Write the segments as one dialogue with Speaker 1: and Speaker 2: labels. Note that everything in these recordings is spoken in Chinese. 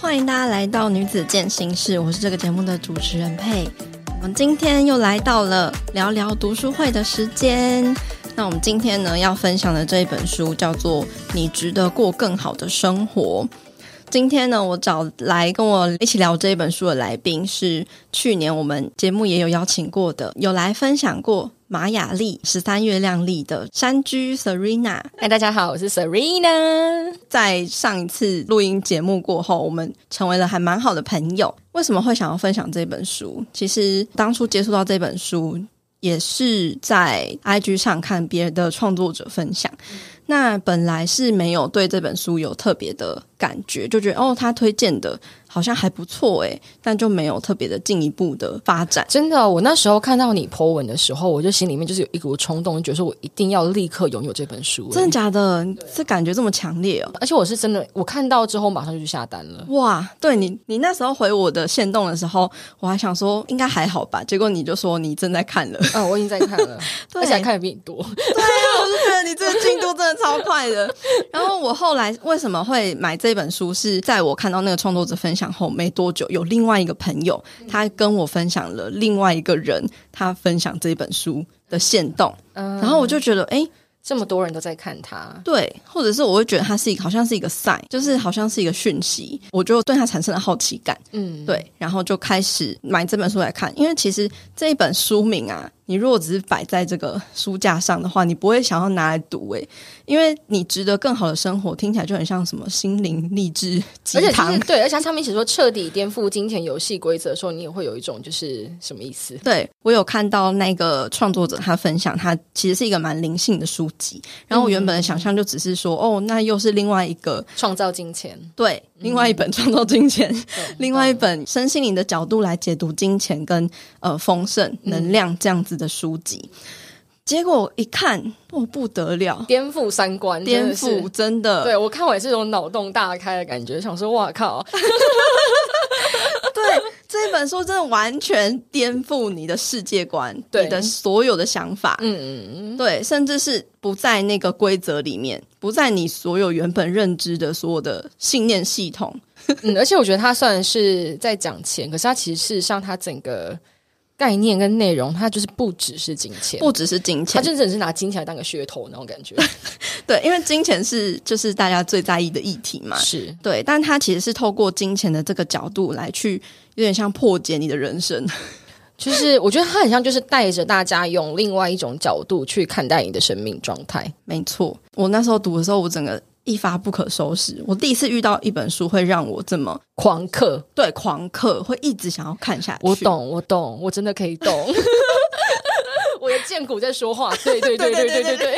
Speaker 1: 欢迎大家来到女子健心室，我是这个节目的主持人佩。我们今天又来到了聊聊读书会的时间。那我们今天呢要分享的这一本书叫做《你值得过更好的生活》。今天呢，我找来跟我一起聊这一本书的来宾是去年我们节目也有邀请过的，有来分享过玛雅历十三月亮历的山居 Serena。
Speaker 2: 嗨，大家好，我是 Serena。
Speaker 1: 在上一次录音节目过后，我们成为了还蛮好的朋友。为什么会想要分享这本书？其实当初接触到这本书，也是在 IG 上看别的创作者分享。那本来是没有对这本书有特别的感觉，就觉得哦，他推荐的好像还不错诶，但就没有特别的进一步的发展。
Speaker 2: 真的，我那时候看到你 po 文的时候，我就心里面就是有一股冲动，就觉得说我一定要立刻拥有这本书。
Speaker 1: 真的假的？这感觉这么强烈哦！
Speaker 2: 而且我是真的，我看到之后马上就去下单了。
Speaker 1: 哇，对你，你那时候回我的线动的时候，我还想说应该还好吧，结果你就说你正在看了，
Speaker 2: 嗯，我已经在看了，
Speaker 1: 对
Speaker 2: 而且还看的比你多。
Speaker 1: 啊我就觉得你这个进度真的超快的。然后我后来为什么会买这本书，是在我看到那个创作者分享后没多久，有另外一个朋友他跟我分享了另外一个人他分享这本书的线动，
Speaker 2: 嗯，
Speaker 1: 然后我就觉得诶，
Speaker 2: 这么多人都在看它，
Speaker 1: 对，或者是我会觉得它是一个好像是一个 sign，就是好像是一个讯息，我就对它产生了好奇感。
Speaker 2: 嗯，
Speaker 1: 对，然后就开始买这本书来看，因为其实这一本书名啊，你如果只是摆在这个书架上的话，你不会想要拿来读诶、因为你值得更好的生活，听起来就很像什么心灵励志鸡
Speaker 2: 而且就
Speaker 1: 汤
Speaker 2: 是。对，而且它上面写说彻底颠覆金钱游戏规则的时候，你也会有一种就是什么意思？
Speaker 1: 对我有看到那个创作者他分享，他其实是一个蛮灵性的书籍，然后我原本的想象就只是说，哦，那又是另外一个
Speaker 2: 创造金钱，
Speaker 1: 对，另外一本创造金 钱，
Speaker 2: 对
Speaker 1: 另外一本身心灵的角度来解读金钱跟呃丰盛能量这样子的书籍。结果我一看，哦不得了，
Speaker 2: 颠覆三观，真
Speaker 1: 颠
Speaker 2: 的是
Speaker 1: 覆，真的，
Speaker 2: 对我看我也是有脑洞大开的感觉，想说哇靠，
Speaker 1: 对这本书真的完全颠覆你的世界观，
Speaker 2: 对
Speaker 1: 你的所有的想法，
Speaker 2: 嗯，
Speaker 1: 对，甚至是不在那个规则里面，不在你所有原本认知的所有的信念系统，
Speaker 2: 嗯，而且我觉得他虽然是在讲钱，可是他其实事实上他整个概念跟内容，他就是不只是金钱，
Speaker 1: 不只是金钱，
Speaker 2: 他就只是拿金钱来当个噱头那种感觉。
Speaker 1: 对，因为金钱是就是大家最在意的议题嘛，
Speaker 2: 是，
Speaker 1: 对，但它其实是透过金钱的这个角度来去，有点像破解你的人生。
Speaker 2: 就是我觉得他很像就是带着大家用另外一种角度去看待你的生命状态。
Speaker 1: 没错，我那时候读的时候，我整个一发不可收拾。我第一次遇到一本书会让我这么
Speaker 2: 狂客，
Speaker 1: 对狂客，会一直想要看下去。
Speaker 2: 我，懂，我懂，我真的可以 懂。我的剑骨在说话，对对对对对对对。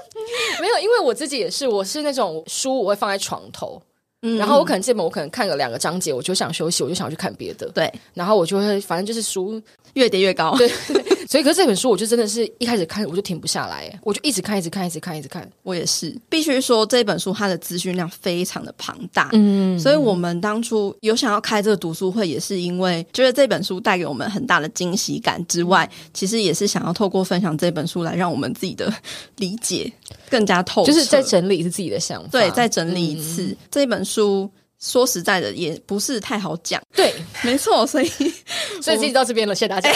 Speaker 2: 没有，因为我自己也是，我是那种书我会放在床头，
Speaker 1: 嗯
Speaker 2: 然后我可能这本我可能看个两个章节，我就想休息，我就想去看别的，
Speaker 1: 对
Speaker 2: 然后我就会反正就是书，
Speaker 1: 越叠越高。
Speaker 2: 对， 所以可是这本书我就真的是一开始看我就停不下来，我就一直看，一直看，一直看，一直看，
Speaker 1: 我也是，必须说这本书它的资讯量非常的庞大。
Speaker 2: 嗯，
Speaker 1: 所以我们当初有想要开这个读书会，也是因为觉得这本书带给我们很大的惊喜感之外，
Speaker 2: 嗯
Speaker 1: 其实也是想要透过分享这本书来让我们自己的理解更加透彻，
Speaker 2: 哦就是在整理是嗯自己的想法，
Speaker 1: 对再整理一次、这本书。说实在的，也不是太好讲，
Speaker 2: 对，
Speaker 1: 没错。所以，
Speaker 2: 所以自己到这边了，谢谢大 家。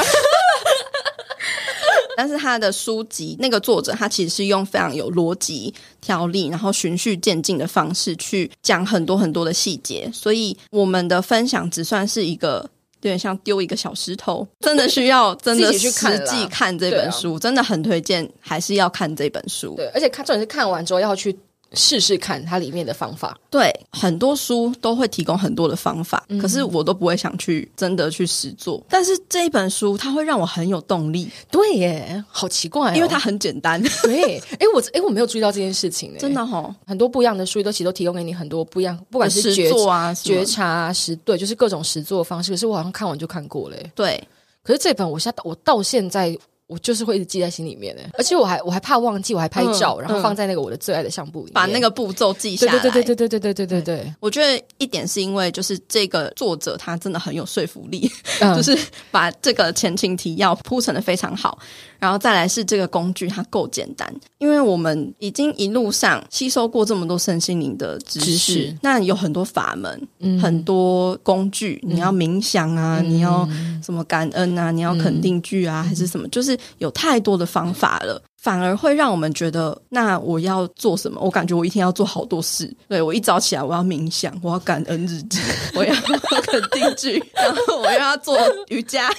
Speaker 1: 但是他的书籍那个作者，他其实是用非常有逻辑条理，然后循序渐进的方式去讲很多很多的细节，所以我们的分享只算是一个。有点像丢一个小石头，真的需要真的
Speaker 2: 自己去看
Speaker 1: 实
Speaker 2: 啦啊
Speaker 1: 际看这本书，真的很推荐，还是要看这本书。
Speaker 2: 对，而且看重点是看完之后要去试试看它里面的方法。
Speaker 1: 对，很多书都会提供很多的方法，
Speaker 2: 嗯
Speaker 1: 可是我都不会想去真的去实做。但是这一本书，它会让我很有动力，
Speaker 2: 对耶，好奇怪哦、
Speaker 1: 因为它很简单，
Speaker 2: 对，哎、我哎、我没有注意到这件事情呢、
Speaker 1: 真的吼，
Speaker 2: 很多不一样的书都其实都提供给你很多不一样，不管是觉
Speaker 1: 实做啊，什么
Speaker 2: 觉察啊、实对，就是各种实作方式。可是我好像看完就看过嘞、
Speaker 1: 对，
Speaker 2: 可是这本我现在我到现在我就是会一直记在心里面嘞、而且我还我还怕忘记，我还拍照，
Speaker 1: 嗯
Speaker 2: 然后放在那个我的最爱的相簿里面，
Speaker 1: 把那个步骤记下
Speaker 2: 对
Speaker 1: 来。
Speaker 2: 对对对对对对对对对，
Speaker 1: 我觉得一点是因为，就是这个作者他真的很有说服力，
Speaker 2: 嗯
Speaker 1: 就是把这个前情提要铺陈的非常好，然后再来是这个工具它够简单，因为我们已经一路上吸收过这么多身心灵的知识，
Speaker 2: 知识嗯
Speaker 1: 那有很多法门，很多工具，你要冥想啊，你要什么感恩啊，你要肯定句啊，还是什么，就是有太多的方法了。反而会让我们觉得，那我要做什么？我感觉我一天要做好多事。对我一早起来，我要冥想，我要感恩日 记，我要肯定句，然后我又要做瑜伽，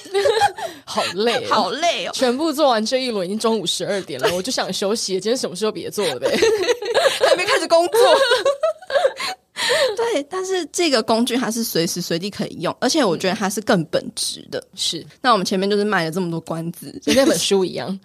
Speaker 2: 好累、哦，
Speaker 1: 好累哦。
Speaker 2: 全部做完这一轮，已经中午十二点了，我就想休息，今天什么事都别做了呗。
Speaker 1: 还没开始工作。对，但是这个工具它是随时随地可以用，而且我觉得它是更本质的。
Speaker 2: 是，
Speaker 1: 那我们前面 就是卖了这么多关子，
Speaker 2: 就那本书一 样。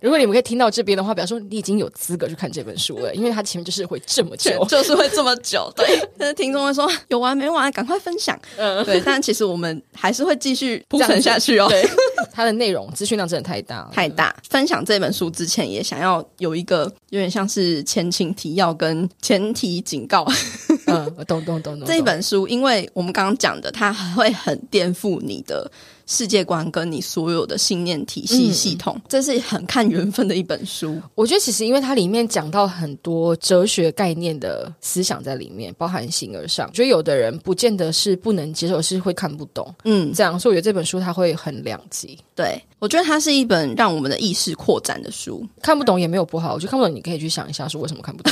Speaker 2: 如果你们可以听到这边的话，表示说你已经有资格去看这本书了，因为它前面就是会这么久。
Speaker 1: 就是会这么 久。对，但是听众会说有完没完，赶快分享。
Speaker 2: 嗯，
Speaker 1: 对，但其实我们还是会继续铺陈下去哦。
Speaker 2: 对， 它的内容资讯量真的 太大了。
Speaker 1: 太大。分享这本书之前，也想要有一个有点像是前情提要跟前提警告。
Speaker 2: 嗯，我懂懂懂 懂。
Speaker 1: 这一
Speaker 2: 懂
Speaker 1: 本书，因为我们刚刚讲的，它会很颠覆你的世界观跟你所有的信念体系系统，这是很看缘分的一本书。
Speaker 2: 我觉得其实因为它里面讲到很多哲学概念的思想在里面，包含形而上。我觉得有的人不见得是不能接受，是会看不懂。
Speaker 1: 嗯，
Speaker 2: 这样，所以我觉得这本书它会很两极。
Speaker 1: 对，我觉得它是一本让我们的意识扩展的书，
Speaker 2: 看不懂也没有不好，我觉得看不懂你可以去想一下，说为什么看不懂。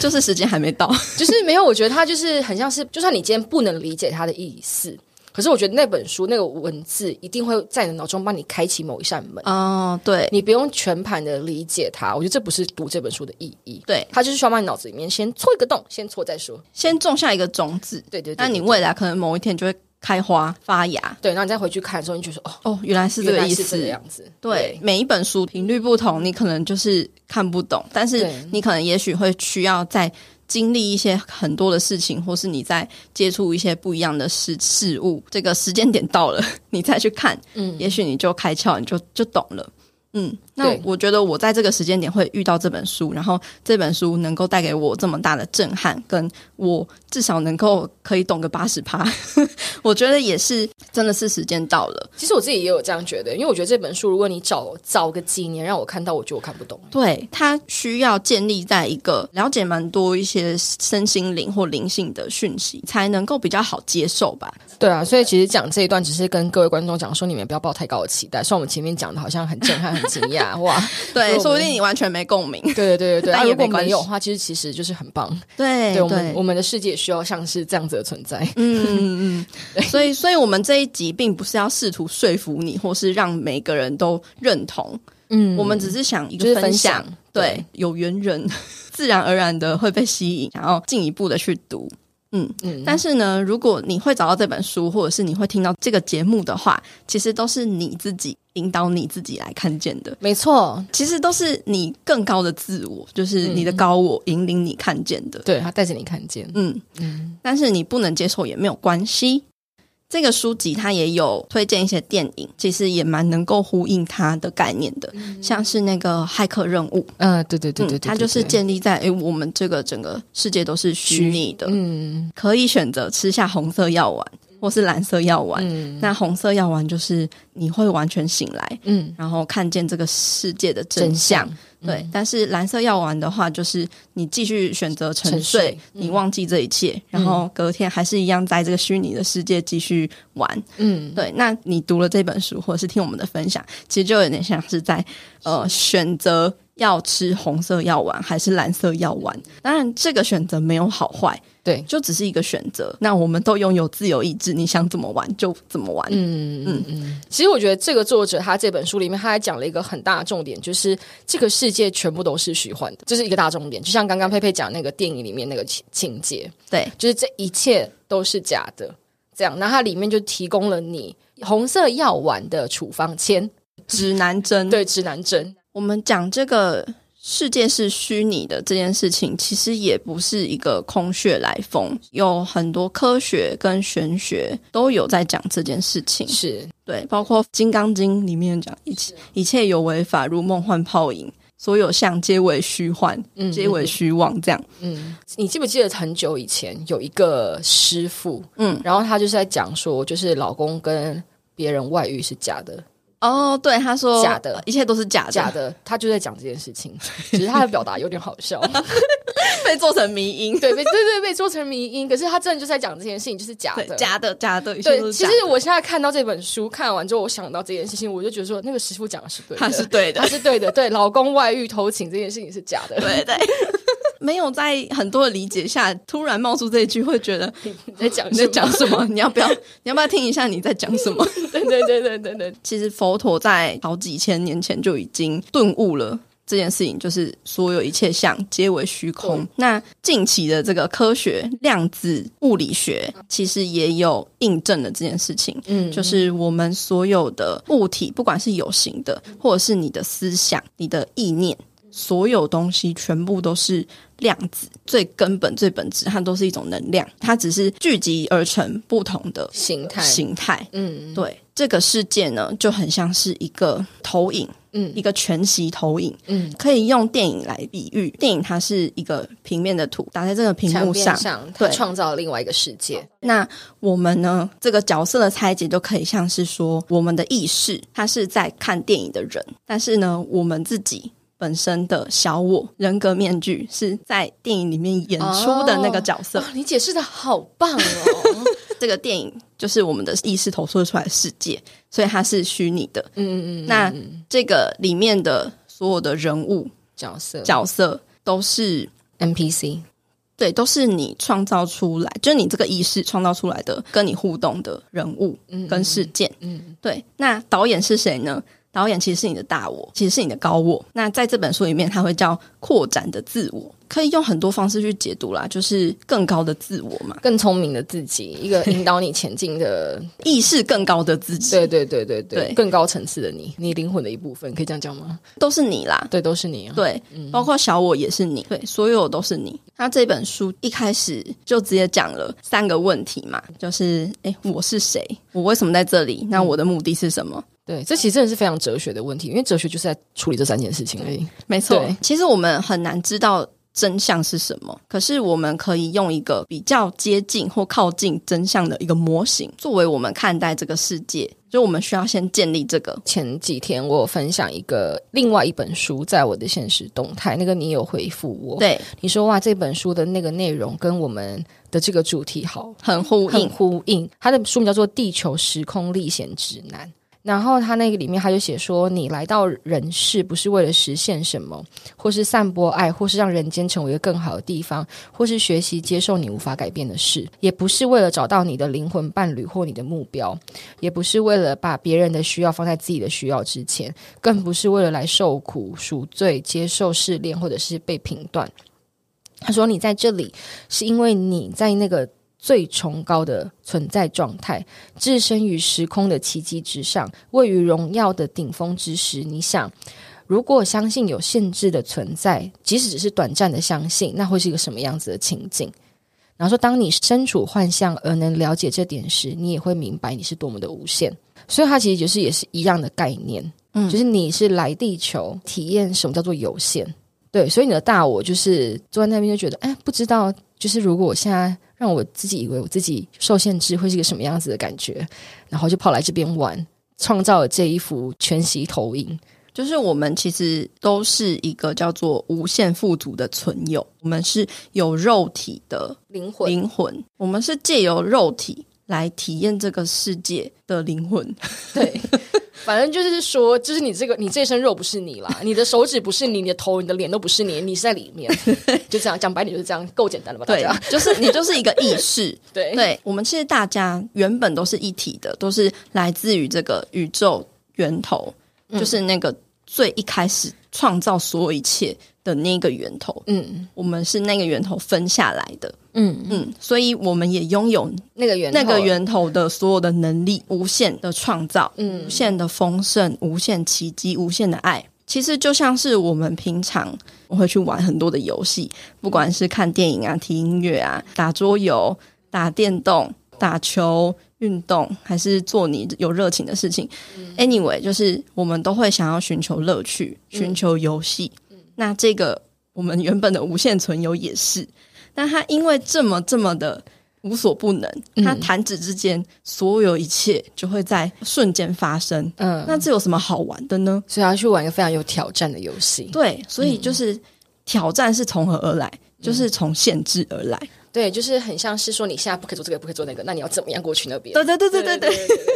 Speaker 1: 就是时间还没到。
Speaker 2: 就是没有，我觉得它就是很像是，就算你今天不能理解它的意思，可是我觉得那本书那个文字一定会在你的脑中帮你开启某一扇门，
Speaker 1: 哦，对
Speaker 2: 你不用全盘的理解它。我觉得这不是读这本书的意义，
Speaker 1: 对，
Speaker 2: 它就是需要把你脑子里面先戳一个洞，先戳再说。
Speaker 1: 先种下一个种子，
Speaker 2: 对对对
Speaker 1: 那你
Speaker 2: 对
Speaker 1: 未来可能某一天就会开花发芽。
Speaker 2: 对，然后你再回去看的时候，你就说哦，
Speaker 1: 哦，原来是这
Speaker 2: 原
Speaker 1: 个
Speaker 2: 来
Speaker 1: 意
Speaker 2: 是这个
Speaker 1: 思。
Speaker 2: 样子。
Speaker 1: 对，每一本书频率不同，你可能就是看不懂，但是
Speaker 2: 对
Speaker 1: 你可能也许会需要再经历一些很多的事情，或是你在接触一些不一样的事事物。这个时间点到了， 你再去看，嗯，也许你就开窍，你就就懂了。嗯，那
Speaker 2: 对
Speaker 1: 我觉得我在这个时间点会遇到这本书，然后这本书能够带给我这么大的震撼，跟我至少能够可以懂个八十趴， 我觉得也是真的是时间到了。
Speaker 2: 其实我自己也有这样觉得，因为我觉得这本书，如果你早早个几年让我看到，我觉得我看不懂。
Speaker 1: 对，它需要建立在一个了解蛮多一些身心灵或灵性的讯息，才能够比较好接受 吧。
Speaker 2: 对啊，所以其实讲这一段只是跟各位观众讲说，你们不要抱太高的期待。虽然我们前面讲的好像很震撼、很惊 讶，哇，
Speaker 1: 对，
Speaker 2: 对
Speaker 1: 说不定你完全没共鸣。
Speaker 2: 对对对对对，
Speaker 1: 但
Speaker 2: 啊
Speaker 1: 也
Speaker 2: 如果
Speaker 1: 没关
Speaker 2: 没有的
Speaker 1: 系
Speaker 2: 话，其实其实就是很棒。
Speaker 1: 哎对
Speaker 2: 对我 们我们的世界也需要像是这样子的存在。
Speaker 1: 嗯嗯嗯。所以，所以我们这一集并不是要试图说服你，或是让每个人都认同，
Speaker 2: 嗯
Speaker 1: 我们只是想一
Speaker 2: 就
Speaker 1: 个
Speaker 2: 是
Speaker 1: 分
Speaker 2: 分
Speaker 1: 享。
Speaker 2: 享
Speaker 1: 对，
Speaker 2: 对
Speaker 1: 有缘人 自然而然的会被吸引，然后进一步的去读。
Speaker 2: 嗯
Speaker 1: 但是呢，如果你会找到这本书，或者是你会听到这个节目的话，其实都是你自己引导你自己来看见的。
Speaker 2: 没错，
Speaker 1: 其实都是你更高的自我，就是你
Speaker 2: 嗯
Speaker 1: 的高我引领你看见的。
Speaker 2: 对他带着你看见。
Speaker 1: 嗯，
Speaker 2: 嗯，
Speaker 1: 但是你不能接受也没有关系。这个书籍它也有推荐一些电影，其实也蛮能够呼应它的概念的，像是那个《骇客任务》，
Speaker 2: 呃，对嗯对对对，对
Speaker 1: 嗯，它就是
Speaker 2: 对
Speaker 1: 建立在诶，我们这个整个世界都是虚拟的，
Speaker 2: 嗯
Speaker 1: 可以选择吃下红色药丸或是蓝色药丸。
Speaker 2: 嗯
Speaker 1: 那红色药丸就是你会完全醒来，
Speaker 2: 嗯，
Speaker 1: 然后看见这个世界的真
Speaker 2: 真
Speaker 1: 相
Speaker 2: 相。。
Speaker 1: 对，但是蓝色药丸的话，就是你继续选择沉
Speaker 2: 沉
Speaker 1: 睡，
Speaker 2: 睡嗯
Speaker 1: 你忘记这一切，然后隔天还是一样在这个虚拟的世界继续玩。
Speaker 2: 嗯，
Speaker 1: 对，那你读了这本书，或者是听我们的分享，其实就有点像是在呃选择要吃红色药丸还是蓝色药丸。当然，这个选择没有好坏，
Speaker 2: 对，
Speaker 1: 就只是一个选择。那我们都拥有自由意志，你想怎么玩就怎么玩。
Speaker 2: 嗯嗯嗯。其实我觉得这个作者他这本书里面，他还讲了一个很大的重点，就是这个世界全部都是虚幻的，这、是一个大重点。就像刚刚佩佩讲那个电影里面那个情情节，
Speaker 1: 对，
Speaker 2: 就是这一切都是假的。这样，那它里面就提供了你红色药丸的处方签，
Speaker 1: 指南针。，
Speaker 2: 对，指南针。
Speaker 1: 我们讲这个世界是虚拟的这件事情，其实也不是一个空穴来风，有很多科学跟玄学都有在讲这件事情。
Speaker 2: 是，
Speaker 1: 对，包括《金刚经》里面讲一切一切有为法，如梦幻泡影，所有相皆为虚幻，
Speaker 2: 嗯
Speaker 1: 皆为虚妄。这样，
Speaker 2: 嗯，你记不记得很久以前有一个师傅，
Speaker 1: 嗯，
Speaker 2: 然后他就是在讲说，就是老公跟别人外遇是假的，
Speaker 1: 哦，对，他说
Speaker 2: 假的
Speaker 1: 呃一切都是假的，
Speaker 2: 假的，他就在讲这件事情，只是他的表达有点好笑，
Speaker 1: 被做成迷因，
Speaker 2: 对，被对对被做成迷因，可是他真的就在讲这件事情，就是假
Speaker 1: 对
Speaker 2: 的，，
Speaker 1: 假的，假的，一切
Speaker 2: 对，
Speaker 1: 都是
Speaker 2: 其
Speaker 1: 假
Speaker 2: 实
Speaker 1: 的，
Speaker 2: 我现在看到这本书，看完之后，我想到这件事情，我就觉得说，那个师傅讲的是对的，
Speaker 1: 他是对 的
Speaker 2: 他，是对的，对，老公外遇偷情这件事情是假的。
Speaker 1: 对对。 没有在很多的理解下，突然冒出这一句，会觉得
Speaker 2: 你在讲
Speaker 1: 你
Speaker 2: 什
Speaker 1: 在
Speaker 2: 么
Speaker 1: 讲什么？你要不要？你要不要听一下你在讲什么？
Speaker 2: 对对对对对对，
Speaker 1: 其实佛陀在好几千年前就已经顿悟了。这件事情就是所有一切相皆为虚空
Speaker 2: 对。
Speaker 1: 那近期的这个科学量子物理学，其实也有印证了这件事情。
Speaker 2: 嗯
Speaker 1: 就是我们所有的物体，不管是有形的，或者是你的思想、你的意念，所有东西全部都是量子，最根本、最本质，它都是一种能量，它只是聚集而成不同的
Speaker 2: 形 态，
Speaker 1: 形态。
Speaker 2: 嗯
Speaker 1: 对这个世界呢，就很像是一个投影，
Speaker 2: 嗯
Speaker 1: 一个全息投影，
Speaker 2: 嗯，
Speaker 1: 可以用电影来比喻。电影它是一个平面的图，打在这个屏
Speaker 2: 墙
Speaker 1: 幕
Speaker 2: 面
Speaker 1: 上。
Speaker 2: 上，他
Speaker 1: 对
Speaker 2: 创造了另外一个世界。
Speaker 1: 那我们呢，这个角色的拆解就可以像是说，我们的意识它是在看电影的人，但是呢，我们自己。本身的小我人格面具是在电影里面演出的那个角色，
Speaker 2: 哦哇，你解释的好棒 哦！
Speaker 1: 这个电影就是我们的意识投射出来的世界，所以它是虚拟的。
Speaker 2: 嗯嗯嗯，
Speaker 1: 那这个里面的所有的人物
Speaker 2: 角色
Speaker 1: 角色都是
Speaker 2: NPC，
Speaker 1: 对，都是你创造出来，就是你这个意识创造出来的，跟你互动的人物
Speaker 2: 嗯
Speaker 1: 跟事件。
Speaker 2: 嗯
Speaker 1: 对，那导演是谁呢？导演其实是你的大我，其实是你的高我。那在这本书里面，它会叫扩展的自我，可以用很多方式去解读啦，就是更高的自我嘛，
Speaker 2: 更聪明的自己，一个引导你前进的，
Speaker 1: 意识更高的自己，
Speaker 2: 对对对对对，
Speaker 1: 对
Speaker 2: 更高层次的你，你灵魂的一部分，可以这样讲吗？
Speaker 1: 都是你啦。
Speaker 2: 对，都是你啊。
Speaker 1: 对，包括小我也是你，对，所有都是你。那这本书一开始就直接讲了三个问题嘛，就是诶，我是谁？我为什么在这里？那我的目的是什么？
Speaker 2: 对，这其实真的是非常哲学的问题，因为哲学就是在处理这三件事情而已。
Speaker 1: 没错
Speaker 2: 对，
Speaker 1: 其实我们很难知道真相是什么，可是我们可以用一个比较接近或靠近真相的一个模型，作为我们看待这个世界。就我们需要先建立这个，
Speaker 2: 前几天我有分享一个另外一本书，在我的现实动态，那个你有回复我，，
Speaker 1: 对，
Speaker 2: 你说哇，这本书的那个内容跟我们的这个主题好
Speaker 1: 很呼
Speaker 2: 很
Speaker 1: 应，
Speaker 2: 呼应。它的书名叫做《地球时空历险指南》。然后它那个里面，他就写说，你来到人世不是为了实现什么，或是散播爱，或是让人间成为一个更好的地方，或是学习接受你无法改变的事，也不是为了找到你的灵魂伴侣或你的目标，也不是为了把别人的需要放在自己的需要之前，更不是为了来受苦、赎罪、接受试炼或者是被评断。他说，你在这里是因为你在那个最崇高的存在状态，置身于时空的奇迹之上，位于荣耀的顶峰之时，你想，如果相信有限制的存在，即使只是短暂的相信，那会是一个什么样子的情境？然后说，当你身处幻象而能了解这点时，你也会明白你是多么的无限。所以，它其实就是也是一样的概念，
Speaker 1: 嗯
Speaker 2: 就是你是来地球体验什么叫做有限。对，所以你的大我就是坐在那边就觉得，哎，不知道，就是如果我现在让我自己以为我自己受限制，会是一个什么样子的感觉，然后就跑来这边玩，创造了这一幅全息投影。
Speaker 1: 就是我们其实都是一个叫做无限富足的存有，我们是有肉体的
Speaker 2: 灵魂
Speaker 1: 灵魂，我们 是借由肉体来体验这个世界的灵魂。
Speaker 2: 对，反正就是说，就是你这个你这身肉不是你啦，你的手指不是你，你的头、你的脸都不是你，你是在里面，就这样讲白点就是这样，够简单了吧？大
Speaker 1: 对
Speaker 2: 家，哎
Speaker 1: 就是你就是一个意 识。
Speaker 2: 对
Speaker 1: 对我们其实大家原本都是一体的，都是来自于这个宇宙源头，
Speaker 2: 嗯
Speaker 1: 就是那个最一开始创造所有一切的那个源头。
Speaker 2: 嗯
Speaker 1: 我们是那个源头分下来的，
Speaker 2: 嗯，
Speaker 1: 嗯，所以我们也拥有
Speaker 2: 那个圆
Speaker 1: 那个
Speaker 2: 头
Speaker 1: 源头的所有的能力，无限的创造，
Speaker 2: 嗯
Speaker 1: 无限的丰盛，无限奇迹，无限的爱。其实就像是我们平常我会去玩很多的游戏，不管是看电影啊、听音乐啊、打桌游、打电动、打球、运动，还是做你有热情的事情。Anyway，就是
Speaker 2: 嗯
Speaker 1: 我们都会想要寻求乐趣，
Speaker 2: 嗯
Speaker 1: 寻求游戏。那这个我们原本的无限存有也是，但它因为这么这么的无所不能，
Speaker 2: 嗯
Speaker 1: 它弹指之间，所有一切就会在瞬间发生。
Speaker 2: 嗯，
Speaker 1: 那这有什么好玩的呢？
Speaker 2: 所以要去玩一个非常有挑战的游戏。
Speaker 1: 对，所以就是挑战是从何而来？
Speaker 2: 嗯
Speaker 1: 就是从限制而来。
Speaker 2: 对，就是很像是说你现在不可以做这个，不可以做那个，那你要怎么样过去那边？
Speaker 1: 对对对对对对，
Speaker 2: 对对对，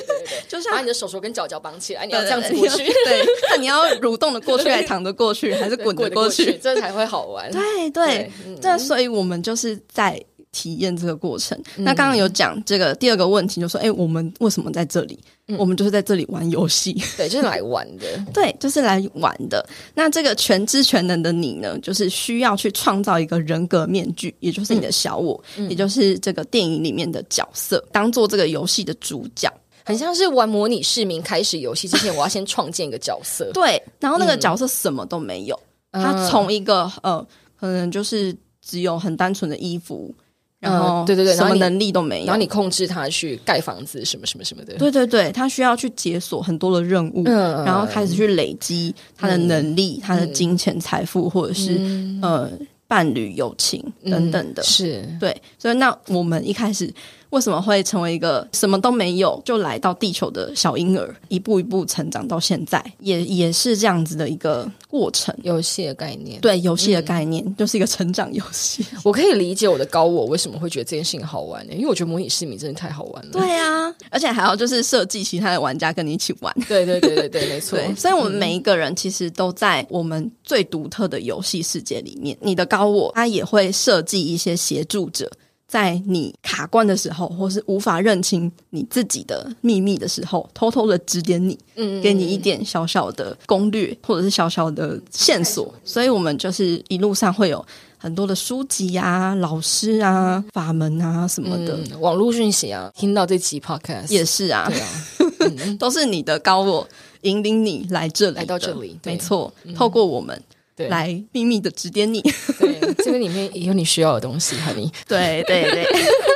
Speaker 1: 就像呃
Speaker 2: 把你的手手跟脚脚绑起来，你要这样子过 去，
Speaker 1: 对，看你要蠕动的过 去，还是躺着过去，还是滚着
Speaker 2: 着过
Speaker 1: 去？
Speaker 2: 这才会好 玩。
Speaker 1: 对对，
Speaker 2: 嗯
Speaker 1: 那所以我们就是在体验这个过程。
Speaker 2: 嗯
Speaker 1: 那刚刚有讲这个第二个问题，就说，哎，我们为什么在这里？
Speaker 2: 嗯
Speaker 1: 我们就是在这里玩游戏，
Speaker 2: 对，就是来玩的。
Speaker 1: 对，就是来玩的。那这个全知全能的你呢，就是需要去创造一个人格面具，也就是你的小我，
Speaker 2: 嗯
Speaker 1: 也就是这个电影里面的角色，当做这个游戏的主角。
Speaker 2: 很像是玩模拟市民开始游戏之前，我要先创建一个 角色。
Speaker 1: 对，然后那
Speaker 2: 嗯
Speaker 1: 个角色什么都没有，他从一个呃，可能就是只有很单纯的衣服，然后、
Speaker 2: 嗯对对对然
Speaker 1: 什
Speaker 2: 后
Speaker 1: 么
Speaker 2: 你
Speaker 1: 能力都没有，
Speaker 2: 然后你控制他去盖房子，什么什么什么的。
Speaker 1: 对对对，他需要去解锁很多的任务，
Speaker 2: 嗯
Speaker 1: 然后开始去累积他的能力、他的金钱、财富，或者是、呃伴侣、友情等等的。
Speaker 2: 嗯是
Speaker 1: 对，所以那我们一开始为什么会成为一个什么都没有就来到地球的小婴儿，一步一步成长到现在，也也是这样子的一个过程。
Speaker 2: 游戏的概念。
Speaker 1: 对游戏的概念、就是一个成长游戏。
Speaker 2: 我可以理解我的高我为什么会觉得这件事情好玩呢、欸因为我觉得模拟市民真的太好玩了。
Speaker 1: 对啊， 而且还要就是设计其他的玩家跟你一起玩。
Speaker 2: 对对对对对，没错。
Speaker 1: 对，所以我们每一个人其实都在我们最独特的游戏世界里面。你的高我他也会设计一些协助者，在你卡关的时候，或是无法认清你自己的秘密的时候，偷偷的指点你，
Speaker 2: 嗯
Speaker 1: 给你一点小小的攻略，或者是小小的线索。所以我们就是一路上会有很多的书籍啊、老师啊、法门啊什么的，
Speaker 2: 嗯，网络讯息啊，听到这期 podcast
Speaker 1: 也是啊
Speaker 2: 对。啊，
Speaker 1: 都是你的高我引领你来这里的，
Speaker 2: 来到这里对嗯
Speaker 1: 没错，透过我们。
Speaker 2: 对
Speaker 1: 来秘密的指点你，
Speaker 2: 对，这个里面也有你需要的东西，哈你。
Speaker 1: 对对对。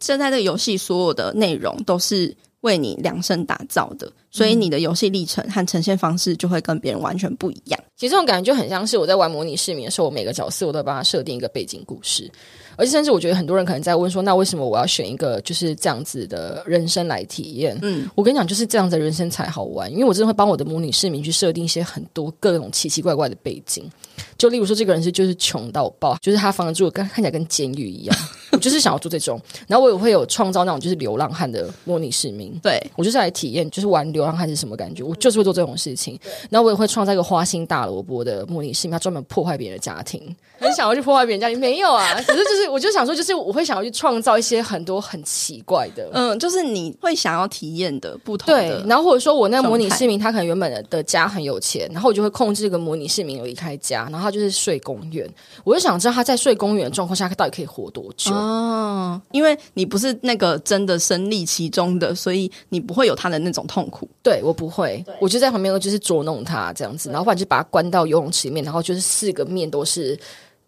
Speaker 1: 现在这个游戏所有的内容都是为你量身打造的，所以你的游戏历程和呈现方式就会跟别人完全不一样。
Speaker 2: 其实这种感觉就很像是我在玩模拟市民的时候，我每个角色我都帮他设定一个背景故事，而且甚至我觉得很多人可能在问说，那为什么我要选一个就是这样子的人生来体验？
Speaker 1: 嗯
Speaker 2: 嗯，我跟你讲，就是这样子的人生才好玩，因为我真的会帮我的模拟市民去设定一些很多各种奇奇怪怪的背景，就例如说这个人是就是穷到爆，就是他房住跟看起来跟监狱一样，我就是想要做这种，然后我也会有创造那种就是流浪汉的模拟市民，
Speaker 1: 对，
Speaker 2: 我就是来体验，就是玩流浪汉是什么感觉。我就是会做这种事情，然后我也会创造一个花心大萝卜的模拟市民，他专门破坏别人的家庭， 很想要去破坏别人家庭。没有啊， 只是就是我就想说，就是我会想要去创造一些很多很奇怪的。
Speaker 1: 嗯，就是你会想要体验的不同
Speaker 2: 对
Speaker 1: 的，，
Speaker 2: 然后或者说我那个模拟市民，他可能原本的家很有钱，然后我就会控制这个模拟市民离开家，然后他就是睡公园。我就想知道他在睡公园的状况下，他到底可以活多久？
Speaker 1: 哦，因为你不是那个真的身历其中的，所以你不会有他的那种痛苦。
Speaker 2: 对我不会，我就在旁边就是捉弄他这样子，然后不然就把他关到游泳池里面，然后就是四个面都是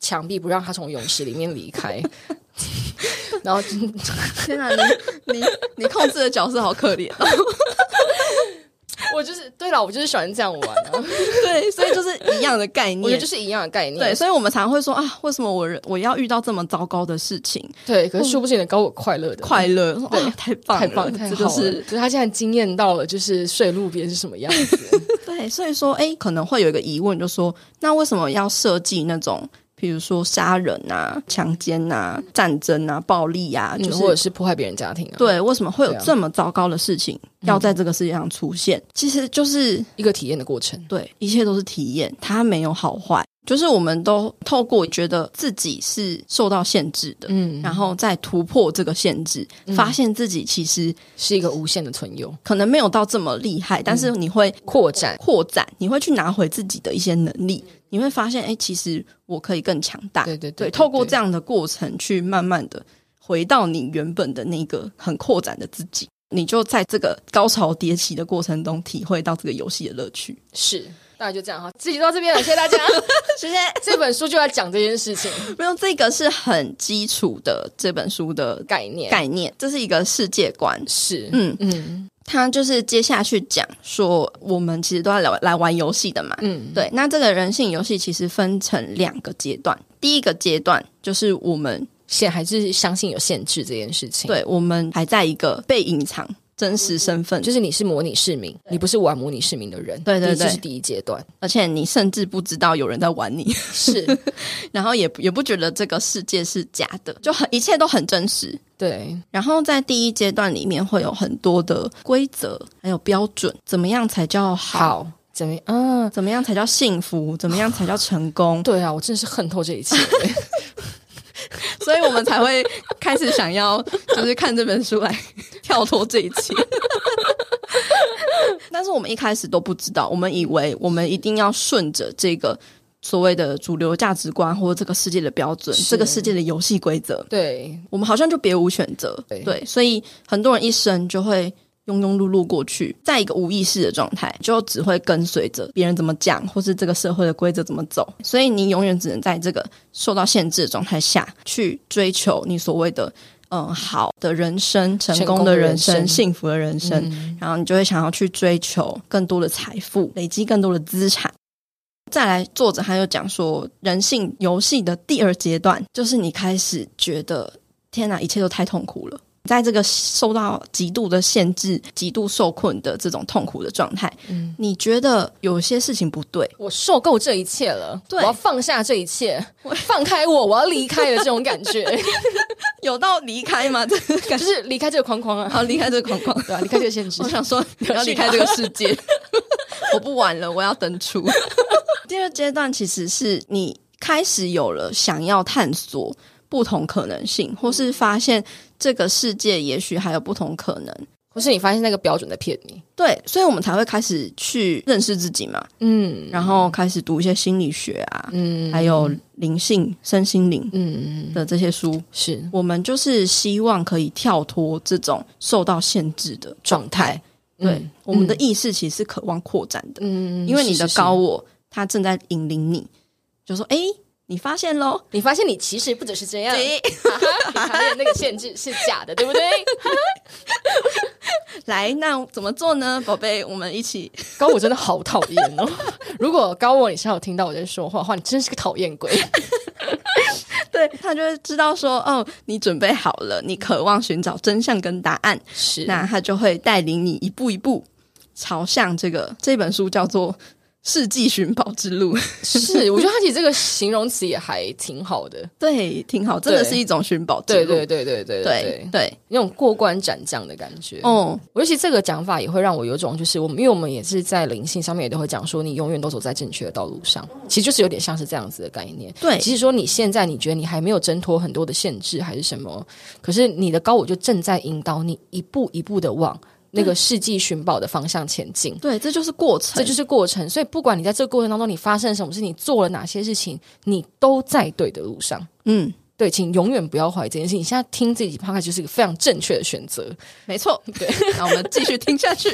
Speaker 2: 墙壁，不让他从泳池里面离 开。然后就
Speaker 1: 天哪，你你你控制的角色好可怜哦。
Speaker 2: 我就是对了，我就是喜欢这样玩、 啊，
Speaker 1: 对，所以就是一样的概念。
Speaker 2: 我觉得就是一样的概念。
Speaker 1: 对，所以我们常会说啊，为什么我人我要遇到这么糟糕的事情？
Speaker 2: 对，可是殊不知你的高我嗯快乐的。
Speaker 1: 快 乐，说
Speaker 2: 对
Speaker 1: 啊，太棒了，
Speaker 2: 太棒，太
Speaker 1: 这
Speaker 2: 好
Speaker 1: 就
Speaker 2: 了！
Speaker 1: 是
Speaker 2: 就是他现在惊艳到了，就是睡路边是什么样子。
Speaker 1: 对。所以说，哎，可能会有一个疑问，就说那为什么要设计那种？比如说杀人啊、强奸啊、战争啊、暴力啊，
Speaker 2: 嗯
Speaker 1: 就是
Speaker 2: 或者是破坏别人家庭啊，，
Speaker 1: 对，为什么会有
Speaker 2: 对啊嗯
Speaker 1: 这么糟糕的事情要在这个世界上出现？其实就是
Speaker 2: 一个体验的过程。
Speaker 1: 对，一切都是体验，它没有好坏，就是我们都透过觉得自己是受到限制的。
Speaker 2: 嗯，
Speaker 1: 然后再突破这个限制，
Speaker 2: 嗯
Speaker 1: 发现自己其实
Speaker 2: 是一个无限的存有
Speaker 1: 可能没有到这么厉害，但是
Speaker 2: 嗯
Speaker 1: 你会
Speaker 2: 扩展。
Speaker 1: 扩展，你会去拿回自己的一些能力，你会发现，哎，其实我可以更强大。
Speaker 2: 嗯对对
Speaker 1: 对，透过
Speaker 2: 对
Speaker 1: 这样的过程去慢慢的回到你原本的那个很扩展的自己，你就在这个高潮迭起的过程中体会到这个游戏的乐趣。
Speaker 2: 是，大概就这样哈，自己到这边了，谢谢大 家。
Speaker 1: 直接
Speaker 2: 这本书就在讲这件事情
Speaker 1: 没有这个是很基础的这本书的
Speaker 2: 概念，
Speaker 1: 概念，这是一个世界观。
Speaker 2: 是，
Speaker 1: 嗯，
Speaker 2: 嗯
Speaker 1: 他就是接下去讲说，我们其实都要来来玩游戏的嘛。
Speaker 2: 嗯，
Speaker 1: 对，那这个人性游戏其实分成两个阶段，第一个阶段就是我们
Speaker 2: 限还是相信有限制这件事情。，
Speaker 1: 对我们还在一个被隐藏真实身份，
Speaker 2: 就是你是模拟市民，你不是玩模拟市民的人，
Speaker 1: 对对
Speaker 2: 你这
Speaker 1: 对
Speaker 2: 是第一阶段，
Speaker 1: 而且你甚至不知道有人在玩你，
Speaker 2: 是
Speaker 1: 然后也也不觉得这个世界是假的，就很一切都很真实。
Speaker 2: 对，
Speaker 1: 然后在第一阶段里面会有很多的规则，还有标准，怎么样才叫好？
Speaker 2: 好，怎么样？嗯、
Speaker 1: 怎么样才叫幸福？怎么样才叫成功？
Speaker 2: 对啊，我真的是恨透这一切。
Speaker 1: 所以我们才会开始想要，就是看这本书来 跳脱这一切。但是我们一开始都不知道，我们以为我们一定要顺着这个所谓的主流价值观，或者这个世界的标准，
Speaker 2: 是
Speaker 1: 这个世界的游戏规则，
Speaker 2: 对，
Speaker 1: 我们好像就别无选择。
Speaker 2: 对
Speaker 1: 所以很多人一生就会。庸庸碌碌过去，在一个无意识的状态，就只会跟随着别人怎么讲，或是这个社会的规则怎么走。所以你永远只能在这个受到限制的状态下去追求你所谓的嗯好的人生、成功的人生、
Speaker 2: 成功的人生
Speaker 1: 幸福的人生。
Speaker 2: 嗯
Speaker 1: 然后你就会想要去追求更多的财富，累积更多的资产。再来，作者他又讲说，人性游戏的第二阶段，就是你开始觉得天哪，一切都太痛苦了。在这个受到极度的限制、极度受困的这种痛苦的状态，
Speaker 2: 嗯
Speaker 1: 你觉得有些事情不对，
Speaker 2: 我受够这一切了，
Speaker 1: 对
Speaker 2: 我要放下这一切，放开我，我要离开的这种感觉，
Speaker 1: 有到离开吗？ 这个 感
Speaker 2: 就
Speaker 1: 觉，
Speaker 2: 是离开这个框框啊，
Speaker 1: 好离开这个框框。
Speaker 2: 对啊，离开这个限制
Speaker 1: 我。想说，
Speaker 2: 要
Speaker 1: 要离
Speaker 2: 去哪
Speaker 1: 开这个世界，我不玩了，我要登出。 第二阶段其实是你开始有了想要探索不同可能性，或是发现这个世界也许还有不同可能。
Speaker 2: 或是你发现那个标准在骗你，
Speaker 1: 对，所以我们才会开始去认识自己嘛，
Speaker 2: 嗯
Speaker 1: 然后开始读一些心理学啊，
Speaker 2: 嗯
Speaker 1: 还有灵性、身心灵
Speaker 2: 嗯，
Speaker 1: 的这些书。
Speaker 2: 是
Speaker 1: 我们就是希望可以跳脱这种受到限制的
Speaker 2: 状态，
Speaker 1: 对，
Speaker 2: 嗯
Speaker 1: 我们的意识其实是渴望扩展的，
Speaker 2: 嗯
Speaker 1: 因为你
Speaker 2: 是
Speaker 1: 的
Speaker 2: 是是
Speaker 1: 高我他正在引领你，就说：“哎、你发现 喽
Speaker 2: 你发现你其实不只是这？”样，
Speaker 1: 对，
Speaker 2: 哈哈你发现那个限制是假的，对不对？
Speaker 1: 来，那怎么做呢，宝贝？我们一起
Speaker 2: 高我真的好讨厌哦！ 如果高我你是有听到我在说话的话，你真是个讨厌鬼。
Speaker 1: 对他就会知道说：“哦，你准备好了，你渴望寻找真相跟答案。”
Speaker 2: 是
Speaker 1: 那他就会带领你一步一步朝向这个这本书叫做《世纪寻宝之路》，
Speaker 2: 是，我觉得他其实这个形容词也还挺好 的。
Speaker 1: 对，挺好，真的
Speaker 2: 对
Speaker 1: 是一种寻宝之
Speaker 2: 对
Speaker 1: 路，
Speaker 2: 对对对
Speaker 1: 对
Speaker 2: 对对，
Speaker 1: 对，
Speaker 2: 那种过关斩将的感觉。哦，
Speaker 1: 哦，
Speaker 2: 尤其这个讲法也会让我有种，就是我们因为我们也是在灵性上面也都会讲说，你永远都走在正确的道路上，其实就是有点像是这样子的概念。
Speaker 1: 对，
Speaker 2: 即使说你现在你觉得你还没有挣脱很多的限制还是什么，可是你的高我就正在引导你一步一步的往那个世纪寻宝的方向前进。
Speaker 1: 嗯对，这就是过程，
Speaker 2: 这就是过程，所以不管你在这个过程当中你发生了什么事，你做了哪些事情，你都在对的路上。
Speaker 1: 嗯，
Speaker 2: 对，请永远不要怀疑这件事情。你现在听这集 p o 就是一个非常正确的 选择。
Speaker 1: 没错， 对。那我们继续听下去，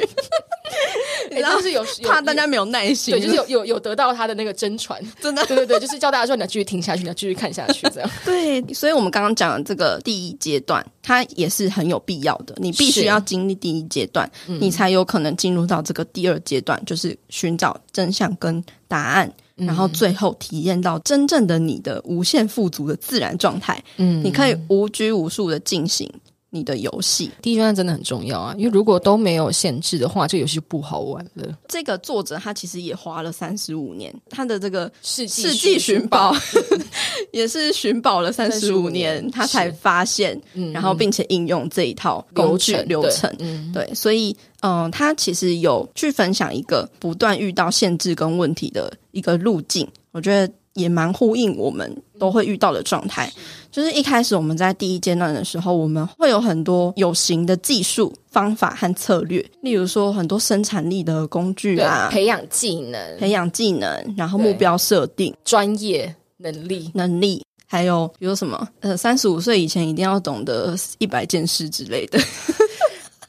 Speaker 2: 哎，
Speaker 1: 然后
Speaker 2: 就是有 有
Speaker 1: 怕大家没有耐心，
Speaker 2: 对，就是有有有得到他的那个真传。
Speaker 1: 真的
Speaker 2: 对对对，就是叫大家说你要继续听下去，你要继续看下去， 这样
Speaker 1: 对。所以我们刚刚讲的这个第一阶段，它也是很有必要的，你必须
Speaker 2: 是
Speaker 1: 要经历第一阶段，你才有可能进入到这个第二阶段，就是寻找真相跟答案。然后最后体验到真正的你的无限富足的自然状态，
Speaker 2: 嗯
Speaker 1: 你可以无拘无束的进行你的游戏。
Speaker 2: 第一专案真的很重要啊，因为如果都没有限制的话，这个游戏就不好玩了。
Speaker 1: 这个作者他其实也花了三十五年，他的这个
Speaker 2: 世纪
Speaker 1: 世纪寻宝 也是寻宝了三十五
Speaker 2: 35
Speaker 1: 年，
Speaker 2: 年
Speaker 1: 他才
Speaker 2: 是
Speaker 1: 发现，
Speaker 2: 嗯
Speaker 1: 然后并且应用这一套工具流程。
Speaker 2: 对嗯，
Speaker 1: 对，所以嗯，他其实有去分享一个不断遇到限制跟问题的一个路径，我觉得也蛮呼应我们都会遇到的状
Speaker 2: 嗯
Speaker 1: 态。就是一开始我们在第一阶段的时候，我们会有很多有形的技术、方法和策略，例如说很多生产力的工具
Speaker 2: 对
Speaker 1: 啊，
Speaker 2: 培养技能、
Speaker 1: 培养技能，然后
Speaker 2: 对
Speaker 1: 目标设定、
Speaker 2: 专业能 力，
Speaker 1: 能力。还有比如什么，呃，三十五岁以前一定要懂得一百件事之类的，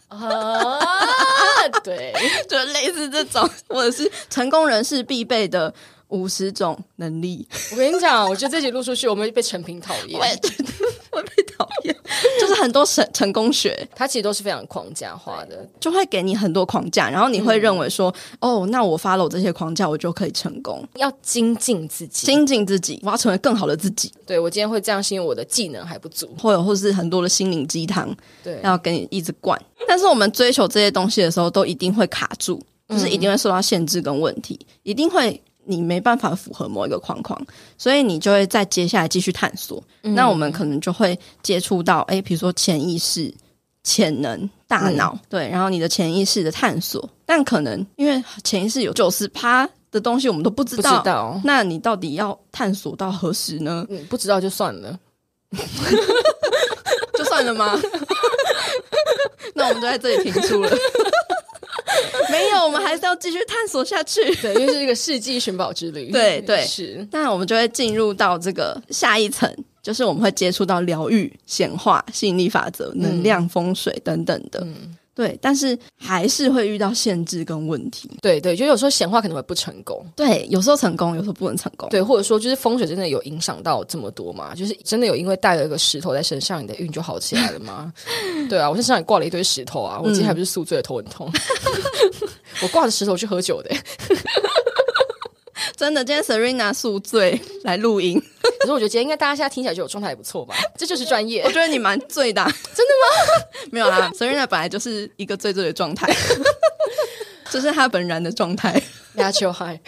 Speaker 2: 啊，对，
Speaker 1: 就类似这种，或者是成功人士必备的五十种能力，
Speaker 2: 我跟你讲，我觉得这集录出去，我们会被陈平讨厌。
Speaker 1: 我被讨厌。就是很多成成功学
Speaker 2: 他其实都是非常框架化的，
Speaker 1: 就会给你很多框架，然后你会认为说，哦，那我 follow 这些框架，我就可以成功，
Speaker 2: 要精进自己。
Speaker 1: 精进自己，我要成为更好的自己，
Speaker 2: 对我今天会这样，是因为我的技能还不足。
Speaker 1: 或者或是很多的心灵鸡汤
Speaker 2: 对，
Speaker 1: 要给你一直灌。但是我们追求这些东西的时候，都一定会卡住，就是一定会受到限制跟问题，一定会。你没办法符合某一个框框，所以你就会在接下来继续探索。
Speaker 2: 嗯
Speaker 1: 那我们可能就会接触到，诶，比如说潜意识、潜能、
Speaker 2: 嗯
Speaker 1: 大脑，对，然后你的潜意识的探索，但可能因为潜意识有九十趴的东西我们都不知
Speaker 2: 不知
Speaker 1: 道，
Speaker 2: 道，
Speaker 1: 那你到底要探索到何时呢？
Speaker 2: 嗯，不知道就算了。
Speaker 1: 就算了吗？ 那我们就在这里停住了。 没有，我们还是要继续探索下去。
Speaker 2: 对，因为是一个世纪寻宝之旅。
Speaker 1: 对对
Speaker 2: 是。
Speaker 1: 那我们就会进入到这个下一层，就是我们会接触到疗愈、显化、吸引力法则、能量、风水等等的。对，但是还是会遇到限制跟问题。
Speaker 2: 对对，就有时候显化可能会不成功，
Speaker 1: 对，有时候成功，有时候不能成功。
Speaker 2: 对，或者说就是风水真的有影响到这么多吗？就是真的有因为带了一个石头在身上，你的运就好起来了 吗？对啊，我身上也挂了一堆石头啊，我今
Speaker 1: 嗯
Speaker 2: 天还不是宿醉的头很痛， 我挂着石头去喝酒的、
Speaker 1: 真的，今天 Serena 宿醉来录音，
Speaker 2: 可是我觉得今天应该大家现在听起来觉得我状态还不错吧？这就是专业
Speaker 1: 我。觉得你蛮醉的啊、真的吗？ 没有啦，Serena 本来就是一个醉醉的状态， 这是她本然的状态。
Speaker 2: 亚秋嗨，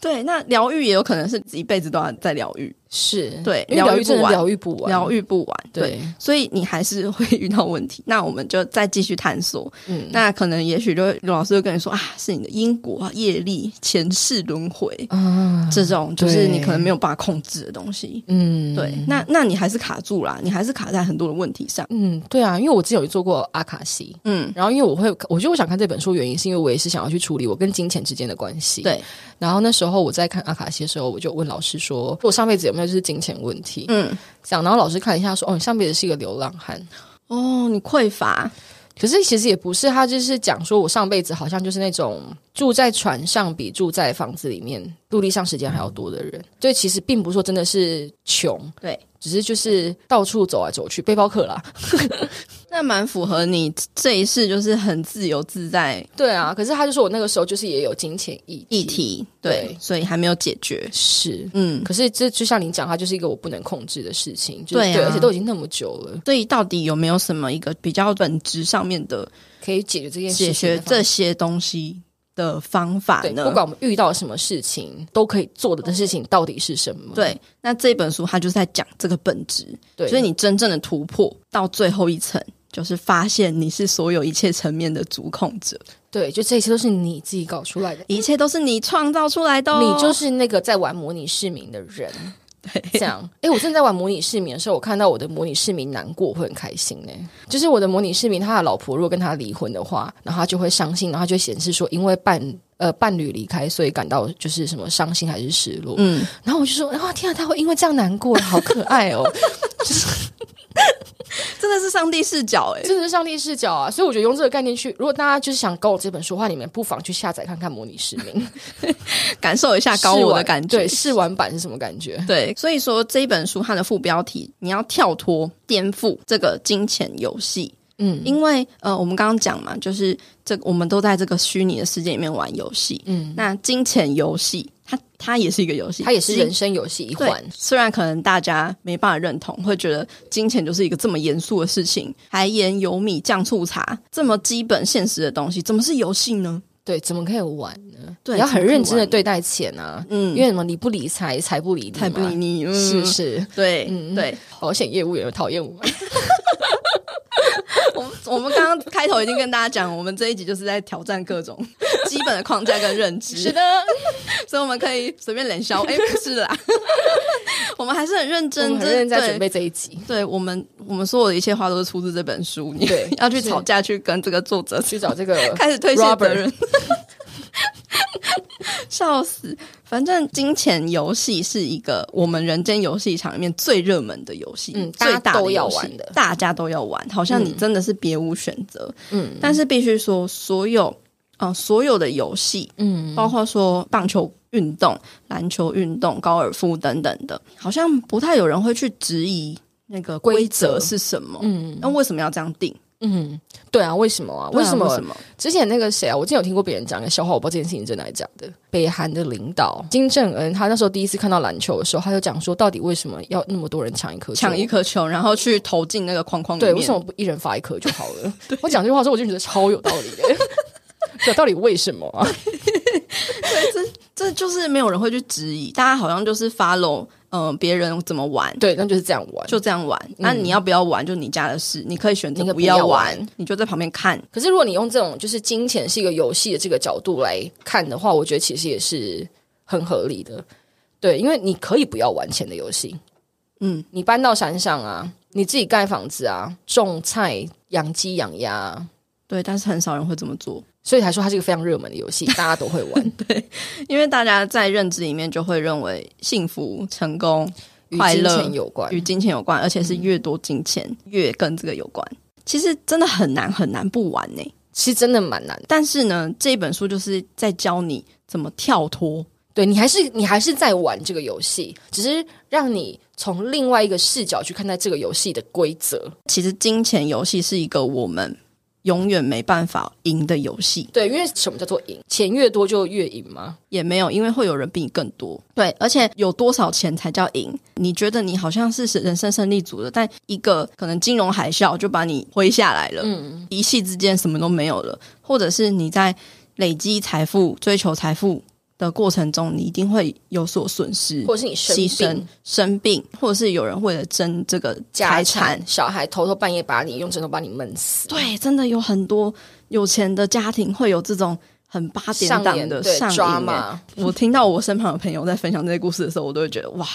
Speaker 1: 对，那疗愈也有可能是一辈子都要在疗愈，
Speaker 2: 是
Speaker 1: 对
Speaker 2: 因为疗
Speaker 1: 疗愈
Speaker 2: 愈真
Speaker 1: 不
Speaker 2: 的
Speaker 1: 完
Speaker 2: 疗愈不完，
Speaker 1: 疗愈不完。对，
Speaker 2: 对，
Speaker 1: 所以你还是会遇到问题。那我们就再继续探索。
Speaker 2: 嗯，
Speaker 1: 那可能也许就会老师会跟你说啊，是你的因果、啊、业力、前世轮回、
Speaker 2: 啊，
Speaker 1: 这种，就是
Speaker 2: 对
Speaker 1: 你可能没有办法控制的东西。
Speaker 2: 嗯，
Speaker 1: 对，那那你还是卡住啦，你还是卡在很多的问题上。
Speaker 2: 嗯，对啊，因为我之前有做过阿卡西，
Speaker 1: 嗯，
Speaker 2: 然后因为我会，我觉得我想看这本书的原因是因为我也是想要去处理我跟金钱之间的关系。
Speaker 1: 对，
Speaker 2: 然后那时候我在看阿卡西的时候，我就问老师说，我上辈子有没有就是金钱问题？
Speaker 1: 嗯，
Speaker 2: 这样，然后老师看了一下说，哦，你上辈子是一个流浪汉。
Speaker 1: 哦，你匮乏，
Speaker 2: 可是其实也不是，他就是讲说我上辈子好像就是那种住在船上比住在房子里面陆地上时间还要多的人，所以其实并不是说真的是穷，
Speaker 1: 对，
Speaker 2: 只是就是到处走来走去，背包客啦，
Speaker 1: 那蛮符合你这一世就是很自由自在
Speaker 2: 对啊。可是他就说我那个时候就是也有金钱议
Speaker 1: 议题，对，
Speaker 2: 对
Speaker 1: 所以还没有解决。
Speaker 2: 是，
Speaker 1: 嗯，
Speaker 2: 可是这就像你讲，它就是一个我不能控制的事情，就是
Speaker 1: 对啊
Speaker 2: 而且都已经那么久了，
Speaker 1: 所以到底有没有什么一个比较本质上面的
Speaker 2: 可以解决这件事情
Speaker 1: 解决
Speaker 2: 的方
Speaker 1: 这些东西的方法
Speaker 2: 对，
Speaker 1: 呢？
Speaker 2: 不管我们遇到什么事情，都可以做的事情到底是什么？
Speaker 1: 对，那这本书它就是在讲这个本质，
Speaker 2: 对，
Speaker 1: 所以你真正的突破到最后一层，就是发现你是所有一切层面的主控者，
Speaker 2: 对，就这一切都是你自己搞出来的，
Speaker 1: 一切都是你创造出来的、哦，
Speaker 2: 你就是那个在玩模拟市民的人。这样，哎、我正在玩模拟市民的时候，我看到我的模拟市民难过，我会很开心呢、就是我的模拟市民，他的老婆如果跟他离婚的话，然后他就会伤心，然后他就会显示说，因为伴呃伴侣离开，所以感到就是什么伤心还是失落。
Speaker 1: 嗯，
Speaker 2: 然后我就说，啊、天啊，他会因为这样难过，好可爱 哦，
Speaker 1: 真的是上帝视角哎、
Speaker 2: 真的是上帝视角啊！所以我觉得用这个概念去，如果大家就是想搞我这本书的话，你们不妨去下载看看《模拟市民》
Speaker 1: 感受一下高
Speaker 2: 试
Speaker 1: 我的
Speaker 2: 玩
Speaker 1: 感觉
Speaker 2: 对，，试玩版是什么感觉？
Speaker 1: 对，所以说这一本书它的副标题，你要跳脱、颠覆这个金钱游戏，
Speaker 2: 嗯
Speaker 1: 因为呃，我们刚刚讲嘛，就是这我们都在这个虚拟的世界里面玩游戏，嗯，那金钱游戏它它也是一个游戏，
Speaker 2: 它也是
Speaker 1: 金
Speaker 2: 人生游戏一
Speaker 1: 对
Speaker 2: 环。
Speaker 1: 虽然可能大家没办法认同，会觉得金钱就是一个这么严肃的事情，还盐、油、米、酱、醋、茶这么基本现实的东西，怎么是游戏呢？
Speaker 2: 对，怎么可以玩呢？
Speaker 1: 对
Speaker 2: 你要很认真的
Speaker 1: 怎么可以玩
Speaker 2: 对待钱啊，
Speaker 1: 嗯，
Speaker 2: 因为什么？你不理财，财不理你嘛，
Speaker 1: 太不理你，嗯、
Speaker 2: 是是，
Speaker 1: 对、
Speaker 2: 嗯
Speaker 1: 对。
Speaker 2: 保险业务员讨厌我。
Speaker 1: 我们我们刚刚开头已经跟大家讲，我们这一集就是在挑战各 种基本的框架跟认知，
Speaker 2: 是的，
Speaker 1: 所以我们可以随便冷笑。哎、不是 啦，我们还是很认
Speaker 2: 我
Speaker 1: 真，
Speaker 2: 们很认真在
Speaker 1: 对
Speaker 2: 准备这一集，
Speaker 1: 对我们，我们所有的一切话都是出自这本书。你
Speaker 2: 对
Speaker 1: 要去
Speaker 2: 是
Speaker 1: 吵架，去跟这个作者
Speaker 2: 去找这个
Speaker 1: 开始推卸责
Speaker 2: Robert
Speaker 1: 任，笑死！反正金钱游戏是一个我们人间游戏场里面最热门的游戏，
Speaker 2: 嗯
Speaker 1: 最大
Speaker 2: 大家都
Speaker 1: 的游
Speaker 2: 要
Speaker 1: 戏
Speaker 2: 玩的
Speaker 1: 大家都要玩，好像你真的是别无选择。
Speaker 2: 嗯
Speaker 1: 但是必须说，所有呃所有的游戏，
Speaker 2: 嗯，
Speaker 1: 包括说棒球运动、篮球运动、高尔夫等等的，好像不太有人会去质疑那个规
Speaker 2: 规则
Speaker 1: 则是什么。
Speaker 2: 嗯
Speaker 1: 那为什么要这样定？
Speaker 2: 嗯，对啊，为什么啊？
Speaker 1: 对啊
Speaker 2: 什么？
Speaker 1: 为什么？
Speaker 2: 之前那个谁啊，我之前有听过别人讲个笑话，我不知道这件事情真的还是假的。北韩的领导金正恩，他那时候第一次看到篮球的时候，他就讲说，到底为什么要那么多人抢一颗球？
Speaker 1: 抢一颗球，然后去投进那个框框里
Speaker 2: 对，
Speaker 1: 面。
Speaker 2: 为什么不一人发一颗就好 了？我讲这句话的时候，我就觉得超有道理的。有到底为什么啊？
Speaker 1: 这就是没有人会去质疑，大家好像就是 follow 嗯、呃别人怎么玩。
Speaker 2: 对，那就是这样玩。
Speaker 1: 就这样玩，那、你要不要玩就你家的嗯事，你可以选择
Speaker 2: 你可以
Speaker 1: 不要
Speaker 2: 不要
Speaker 1: 玩，
Speaker 2: 玩
Speaker 1: 你就在旁边看。
Speaker 2: 可是如果你用这种就是金钱是一个游戏的这个角度来看的话，我觉得其实也是很合理的。对，因为你可以不要玩钱的游戏，
Speaker 1: 嗯，
Speaker 2: 你搬到山上啊，你自己盖房子啊，种菜、养鸡、养鸭啊、
Speaker 1: 对，但是很少人会这么做，
Speaker 2: 所以才说它是一个非常热门的游戏，大家都会 玩。
Speaker 1: 因为大家在认知里面就会认为幸福、成功
Speaker 2: 与
Speaker 1: 快
Speaker 2: 金
Speaker 1: 乐
Speaker 2: 钱有关，
Speaker 1: 与金钱有关，而且是越多金钱、越跟这个有关。其实真的很难很难不玩呢、
Speaker 2: 其实真的蛮难的。
Speaker 1: 但是呢，这本书就是在教你怎么跳脱，
Speaker 2: 对你还是你还是在玩这个游戏，只是让你从另外一个视角去看待这个游戏的规则。
Speaker 1: 其实金钱游戏是一个我们永远没办法赢的游戏，
Speaker 2: 对，因为什么叫做赢？钱越多就越赢吗？
Speaker 1: 也没有，因为会有人比你更多。对，而且有多少钱才叫赢？你觉得你好像是人生胜利组的，但一个可能金融海啸就把你挥下来了，嗯，一夕之间什么都没有了，或者是你在累积财富、追求财富的过程中，你一定会有所损失。
Speaker 2: 或者是你生
Speaker 1: 牺牲
Speaker 2: 病、
Speaker 1: 生病，或者是有人为了争这个
Speaker 2: 家
Speaker 1: 财产，
Speaker 2: 小孩偷偷半夜把你用针头把你闷死，
Speaker 1: 对，真的有很多有钱的家庭会有这种很八点
Speaker 2: 上
Speaker 1: 档
Speaker 2: 演
Speaker 1: 的
Speaker 2: 对
Speaker 1: 上
Speaker 2: 抓
Speaker 1: 瘾欸。
Speaker 2: 嘛，
Speaker 1: 我听到我身旁的朋友在分享这些故事的时候，我都会觉得哇，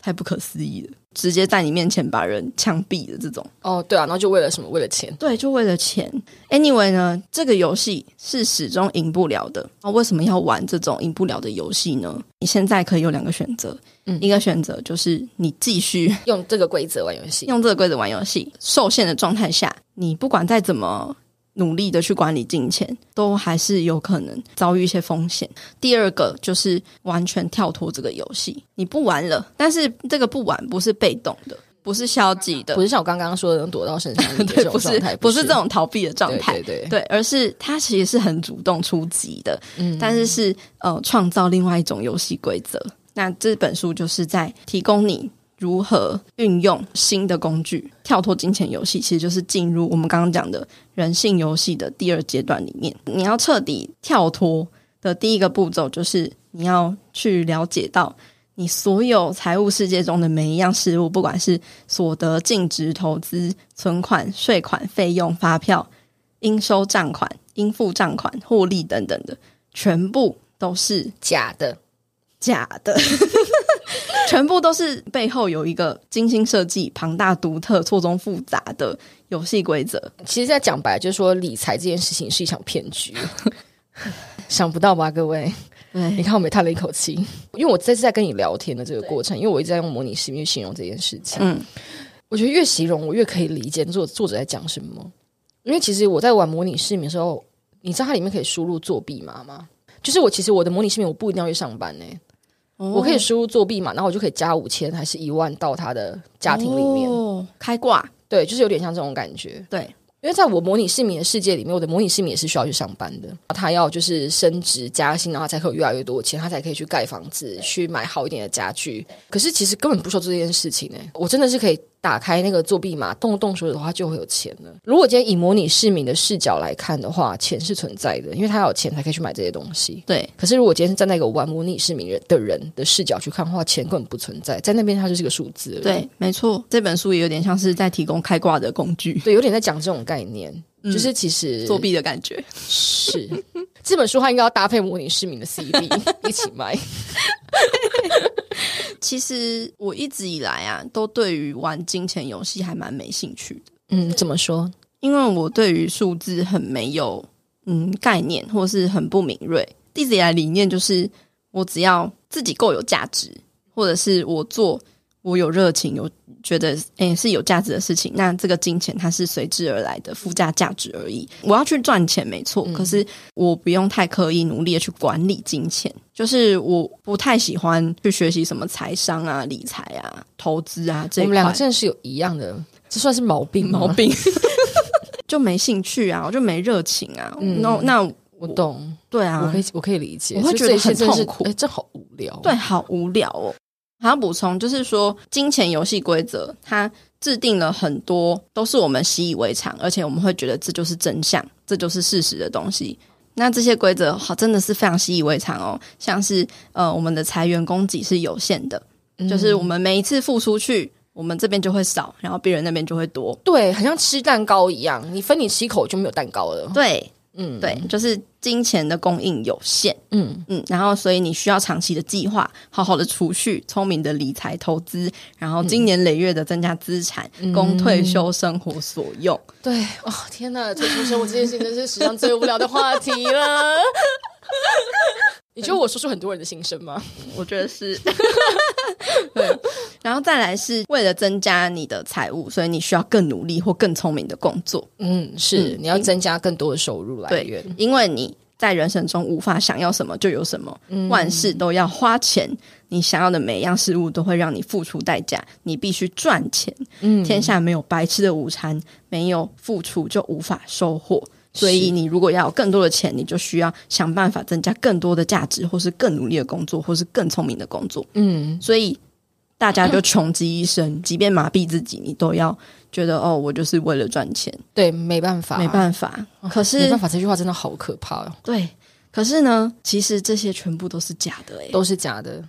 Speaker 1: 太不可思议了！直接在你面前把人枪毙的这种，
Speaker 2: 哦，对啊，然后就为了什么？为了钱，
Speaker 1: 对，就为了钱。Anyway 呢，这个游戏是始终赢不了的。那为什么要玩这种赢不了的游戏呢？你现在可以有两个选择，
Speaker 2: 嗯
Speaker 1: 一个选择就是你继续
Speaker 2: 用这个规则玩游戏。
Speaker 1: 用这个规则玩游戏，受限的状态下，你不管再怎么努力的去管理金钱，都还是有可能遭遇一些风险。第二个就是完全跳脱这个游戏，你不玩了，但是这个不玩不是被动的，不是消极的
Speaker 2: 不，是像我刚刚说的能躲到深 山里的这
Speaker 1: 对，
Speaker 2: 种
Speaker 1: 不
Speaker 2: 状
Speaker 1: 是
Speaker 2: 态，
Speaker 1: 不是这种逃避的状
Speaker 2: 对
Speaker 1: 态
Speaker 2: 对。对，
Speaker 1: 对，而是它其实是很主动出击的，
Speaker 2: 嗯
Speaker 1: 但是是呃创造另外一种游戏规则。那这本书就是在提供你如何运用新的工具，跳脱金钱游戏，其实就是进入我们刚刚讲的人性游戏的第二阶段里面。你要彻底跳脱的第一个步骤，就是你要去了解到。你所有财务世界中的每一样事物，不管是所得、净值、投资、存款、税款、费用、发票、应收账款、应付账款、获利等等的，全部都是
Speaker 2: 假的，
Speaker 1: 假的， 全部都是背后有一个精心设计、庞大、独特、错综复杂的游戏规则。
Speaker 2: 其实，在讲白就是说，理财这件事情是一场骗局。 想不到吧，各位？你
Speaker 1: 对，
Speaker 2: 看，我们也叹了一口气，因为我这次在跟你聊天的这个过程，因为我一直在用模拟实境去形容这件事情。
Speaker 1: 嗯，
Speaker 2: 我觉得越形容，我越可以理解作作者在讲什么。因为其实我在玩模拟市民的时候，你知道它里面可以输入作弊码吗？就是我其实我的模拟市民，我不一定要去上班呢、
Speaker 1: 哦
Speaker 2: 我可以输入作弊码，然后我就可以加五千还是一万到他的家庭里面。
Speaker 1: 哦、开挂，
Speaker 2: 对，就是有点像这种感觉。
Speaker 1: 对，
Speaker 2: 因为在我模拟市民的世界里面，我的模拟市民也是需要去上班的，他要就是升职加薪，然后才可以有越来越多的钱，他才可以去盖房子，去买好一点的家具。可是其实根本不说这件事情哎、我真的是可以打开那个作弊码，动动手指的话就会有钱了。如果今天以模拟市民的视角来看的话，钱是存在的，因为他要有钱才可以去买这些东西。
Speaker 1: 对，
Speaker 2: 可是如果今天是站在一个玩模拟市民人的人的视角去看的话，钱根本不存在，在那边它就是个数字而已。
Speaker 1: 对，没错，这本书也有点像是在提供开挂的工具，
Speaker 2: 对，有点在讲这种概念，嗯就是其实
Speaker 1: 嗯作弊的感觉。
Speaker 2: 是这本书，它应该要搭配模拟市民的 CD 一起卖。
Speaker 1: 其实我一直以来啊，都对于玩金钱游戏还蛮没兴趣的，
Speaker 2: 嗯，怎么说？
Speaker 1: 因为我对于数字很没有嗯概念，或是很不敏锐。一直以来理念就是，我只要自己够有价值，或者是我做我有热情，有觉得诶、是有价值的事情，那这个金钱它是随之而来的附加价值而已。我要去赚钱没错，
Speaker 2: 嗯
Speaker 1: 可是我不用太刻意努力的去管理金钱。就是我不太喜欢去学习什么财商啊、理财啊、投资啊这
Speaker 2: 我
Speaker 1: 一
Speaker 2: 们两个
Speaker 1: 块
Speaker 2: 真的是有一样的，这算是 毛病吗
Speaker 1: 毛。病， 就没兴趣啊，我就没热情啊。
Speaker 2: 嗯
Speaker 1: 那那
Speaker 2: 我懂，
Speaker 1: 对
Speaker 2: 我
Speaker 1: 啊
Speaker 2: 可，以，我可以理解。
Speaker 1: 我会
Speaker 2: 就
Speaker 1: 觉得
Speaker 2: 这一切
Speaker 1: 很
Speaker 2: 真的是
Speaker 1: 痛苦
Speaker 2: 哎，这好无聊。
Speaker 1: 对，，好无聊哦。还要补充，就是说，金钱游戏规则它制定了很多都是我们习以为常，而且我们会觉得这就是真相，这就是事实的东西。那这些规则好，真的是非常习以为常哦。像是呃，我们的裁员供给是有限的，
Speaker 2: 嗯
Speaker 1: 就是我们每一次付出去，我们这边就会少，然后别人那边就会多。
Speaker 2: 对，很像吃蛋糕一样，你分你七口就没有蛋糕了。
Speaker 1: 对
Speaker 2: 嗯，
Speaker 1: 对，就是金钱的供应有限。
Speaker 2: 嗯，
Speaker 1: 嗯，然后所以你需要长期的计划，好好的储蓄，聪明的理财投资，然后经年累月的增加资产，供退休生活所用。
Speaker 2: 对。哦，天哪，退出生活这件事情真是史上最无聊的话题了。你觉得我说出很多人的心声吗？
Speaker 1: 我觉得是， 对。然后再来是为了增加你的财务，所以你需要更努力或更聪明的工作。
Speaker 2: 嗯，是，
Speaker 1: 嗯
Speaker 2: 你要增加更多的收入来
Speaker 1: 对
Speaker 2: 源。，
Speaker 1: 因为你在人生中无法想要什么就有什么，
Speaker 2: 嗯
Speaker 1: 万事都要花钱。你想要的每样事物都会让你付出代价，你必须赚钱。
Speaker 2: 嗯
Speaker 1: 天下没有白吃的午餐，没有付出就无法收获。所以，你如果要有更多的钱，你就需要想办法增加更多的价值，或是更努力的工作，或是更聪明的工作。
Speaker 2: 嗯，
Speaker 1: 所以，大家就穷极一生， 即便麻痹自己，你都要觉得哦，我就是为了赚钱，
Speaker 2: 对，没办法，
Speaker 1: 没办法。可
Speaker 2: 啊没
Speaker 1: 是
Speaker 2: 办，法，这句话真的好可怕哦，
Speaker 1: 对，可是呢，其实这些全部都是假的、欸，
Speaker 2: 都是假的。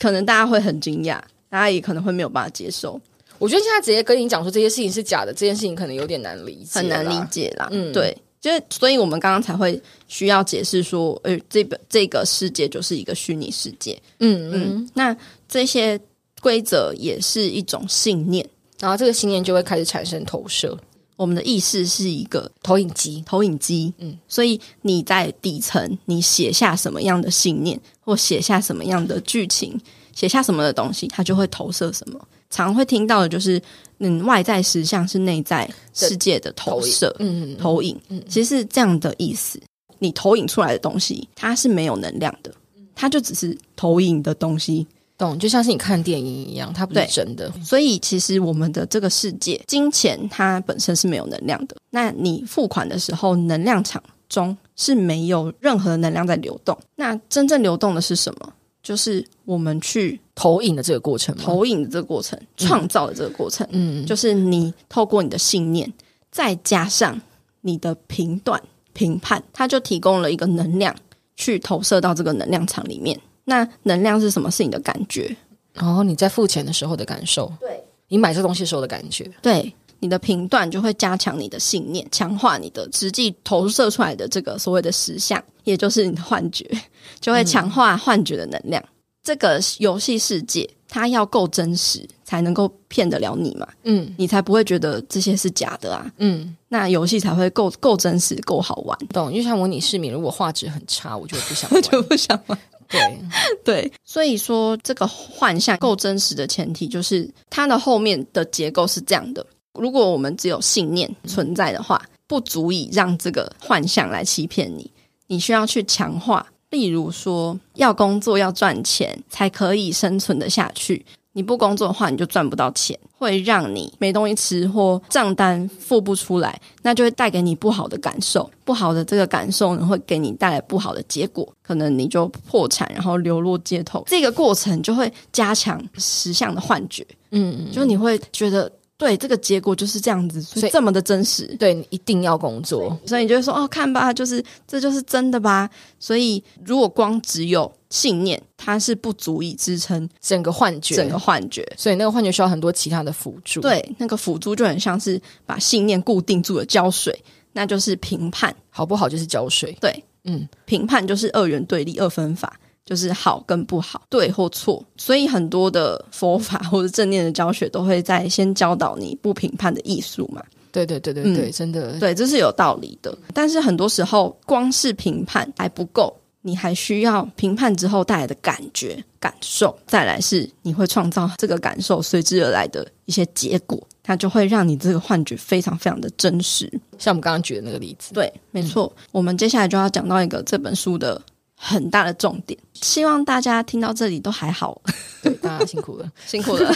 Speaker 1: 可能大家会很惊讶，大家也可能会没有办法接受，
Speaker 2: 我觉得现在直接跟你讲说这些事情是假的，这件事情可能有点难理解，
Speaker 1: 很难理。解啦。
Speaker 2: 嗯
Speaker 1: 对，就是所以我们刚刚才会需要解释说，呃，这本这个世界就是一个虚拟世界，
Speaker 2: 嗯嗯，
Speaker 1: 嗯，那这些规则也是一种信念，
Speaker 2: 然后这个信念就会开始产生投射、
Speaker 1: 我们的意识是一个
Speaker 2: 投影机。
Speaker 1: 投影机，
Speaker 2: 嗯
Speaker 1: 嗯，所以你在底层，你写下什么样的信念，或写下什么样的剧情，写下什么的东西，它就会投射什么。常会听到的就是，嗯，外在实相是内在世界的投射、
Speaker 2: 嗯，
Speaker 1: 投影，其实是这样的意思。你投影出来的东西，它是没有能量的，它就只是投影的东西。
Speaker 2: 懂，就像是你看电影一样，它不是
Speaker 1: 对
Speaker 2: 真的。
Speaker 1: 所以，其实我们的这个世界，金钱它本身是没有能量的。那你付款的时候，能量场中是没有任何能量在流动。那真正流动的是什么？就是我们去
Speaker 2: 投影的这个过程吗？
Speaker 1: 投影的这个过程，创造的这个过程，
Speaker 2: 嗯，
Speaker 1: 就是你透过你的信念，再加上你的评断、评判，它就提供了一个能量去投射到这个能量场里面。那能量是什么？是你的感觉，
Speaker 2: 然后你在付钱的时候的感受，对，你买这东西的时候的感觉，
Speaker 1: 对你的评断就会加强你的信念，强化你的实际投射出来的这个所谓的实相，也就是你的幻觉， 就会强化幻觉的能量。这个游戏世界，它要够真实，才能够骗得了你嘛，
Speaker 2: 嗯
Speaker 1: 你才不会觉得这些是假的啊。
Speaker 2: 嗯，
Speaker 1: 那游戏才会够够真实，够好玩，
Speaker 2: 懂。因为像模拟市民，如果画质很差， 我就会不想玩。
Speaker 1: 不想玩。
Speaker 2: 对，
Speaker 1: 对，所以说这个幻象够真实的前提，就是它的后面的结构是这样的：如果我们只有信念存在的话，不足以让这个幻象来欺骗你，你需要去强化。例如说，要工作要赚钱才可以生存的下去，你不工作的话，你就赚不到钱，会让你没东西吃或账单付不出来，那就会带给你不好的感受。不好的这个感受呢，会给你带来不好的结果，可能你就破产，然后流落街头。这个过程就会加强实相的幻觉，
Speaker 2: 嗯，
Speaker 1: 就你会觉得。对，这个结果就是这样子，所
Speaker 2: 所
Speaker 1: 以
Speaker 2: 以
Speaker 1: 这么的真实。
Speaker 2: 对，你一定要工作，
Speaker 1: 所以你就会说哦，看吧，就是这就是真的吧。所以如果光只有信念，它是不足以支撑
Speaker 2: 整个幻觉，
Speaker 1: 整个幻觉。
Speaker 2: 所以那个幻觉需要很多其他的辅助。，
Speaker 1: 对，那个辅助就很像是把信念固定住的胶水，那就是评判。
Speaker 2: 好不好就是浇水。
Speaker 1: 对，
Speaker 2: 嗯，
Speaker 1: 评判就是二元对立、二分法，就是好跟不好，对或错。所以很多的佛法或者正念的教学都会在先教导你不评判的艺术嘛。
Speaker 2: 对对对对
Speaker 1: 嗯
Speaker 2: 对，真的，
Speaker 1: 对，这是有道理的。但是很多时候，光是评判还不够，你还需要评判之后带来的感觉、感受，再来是你会创造这个感受随之而来的一些结果，它就会让你这个幻觉非常非常的真实。
Speaker 2: 像我们刚刚举的那个例 子，
Speaker 1: 对，没错。我们接下来就要讲到一个这本书的很大的重点，希望大家听到这里都还好，
Speaker 2: 对，大家辛苦了。
Speaker 1: 辛苦了。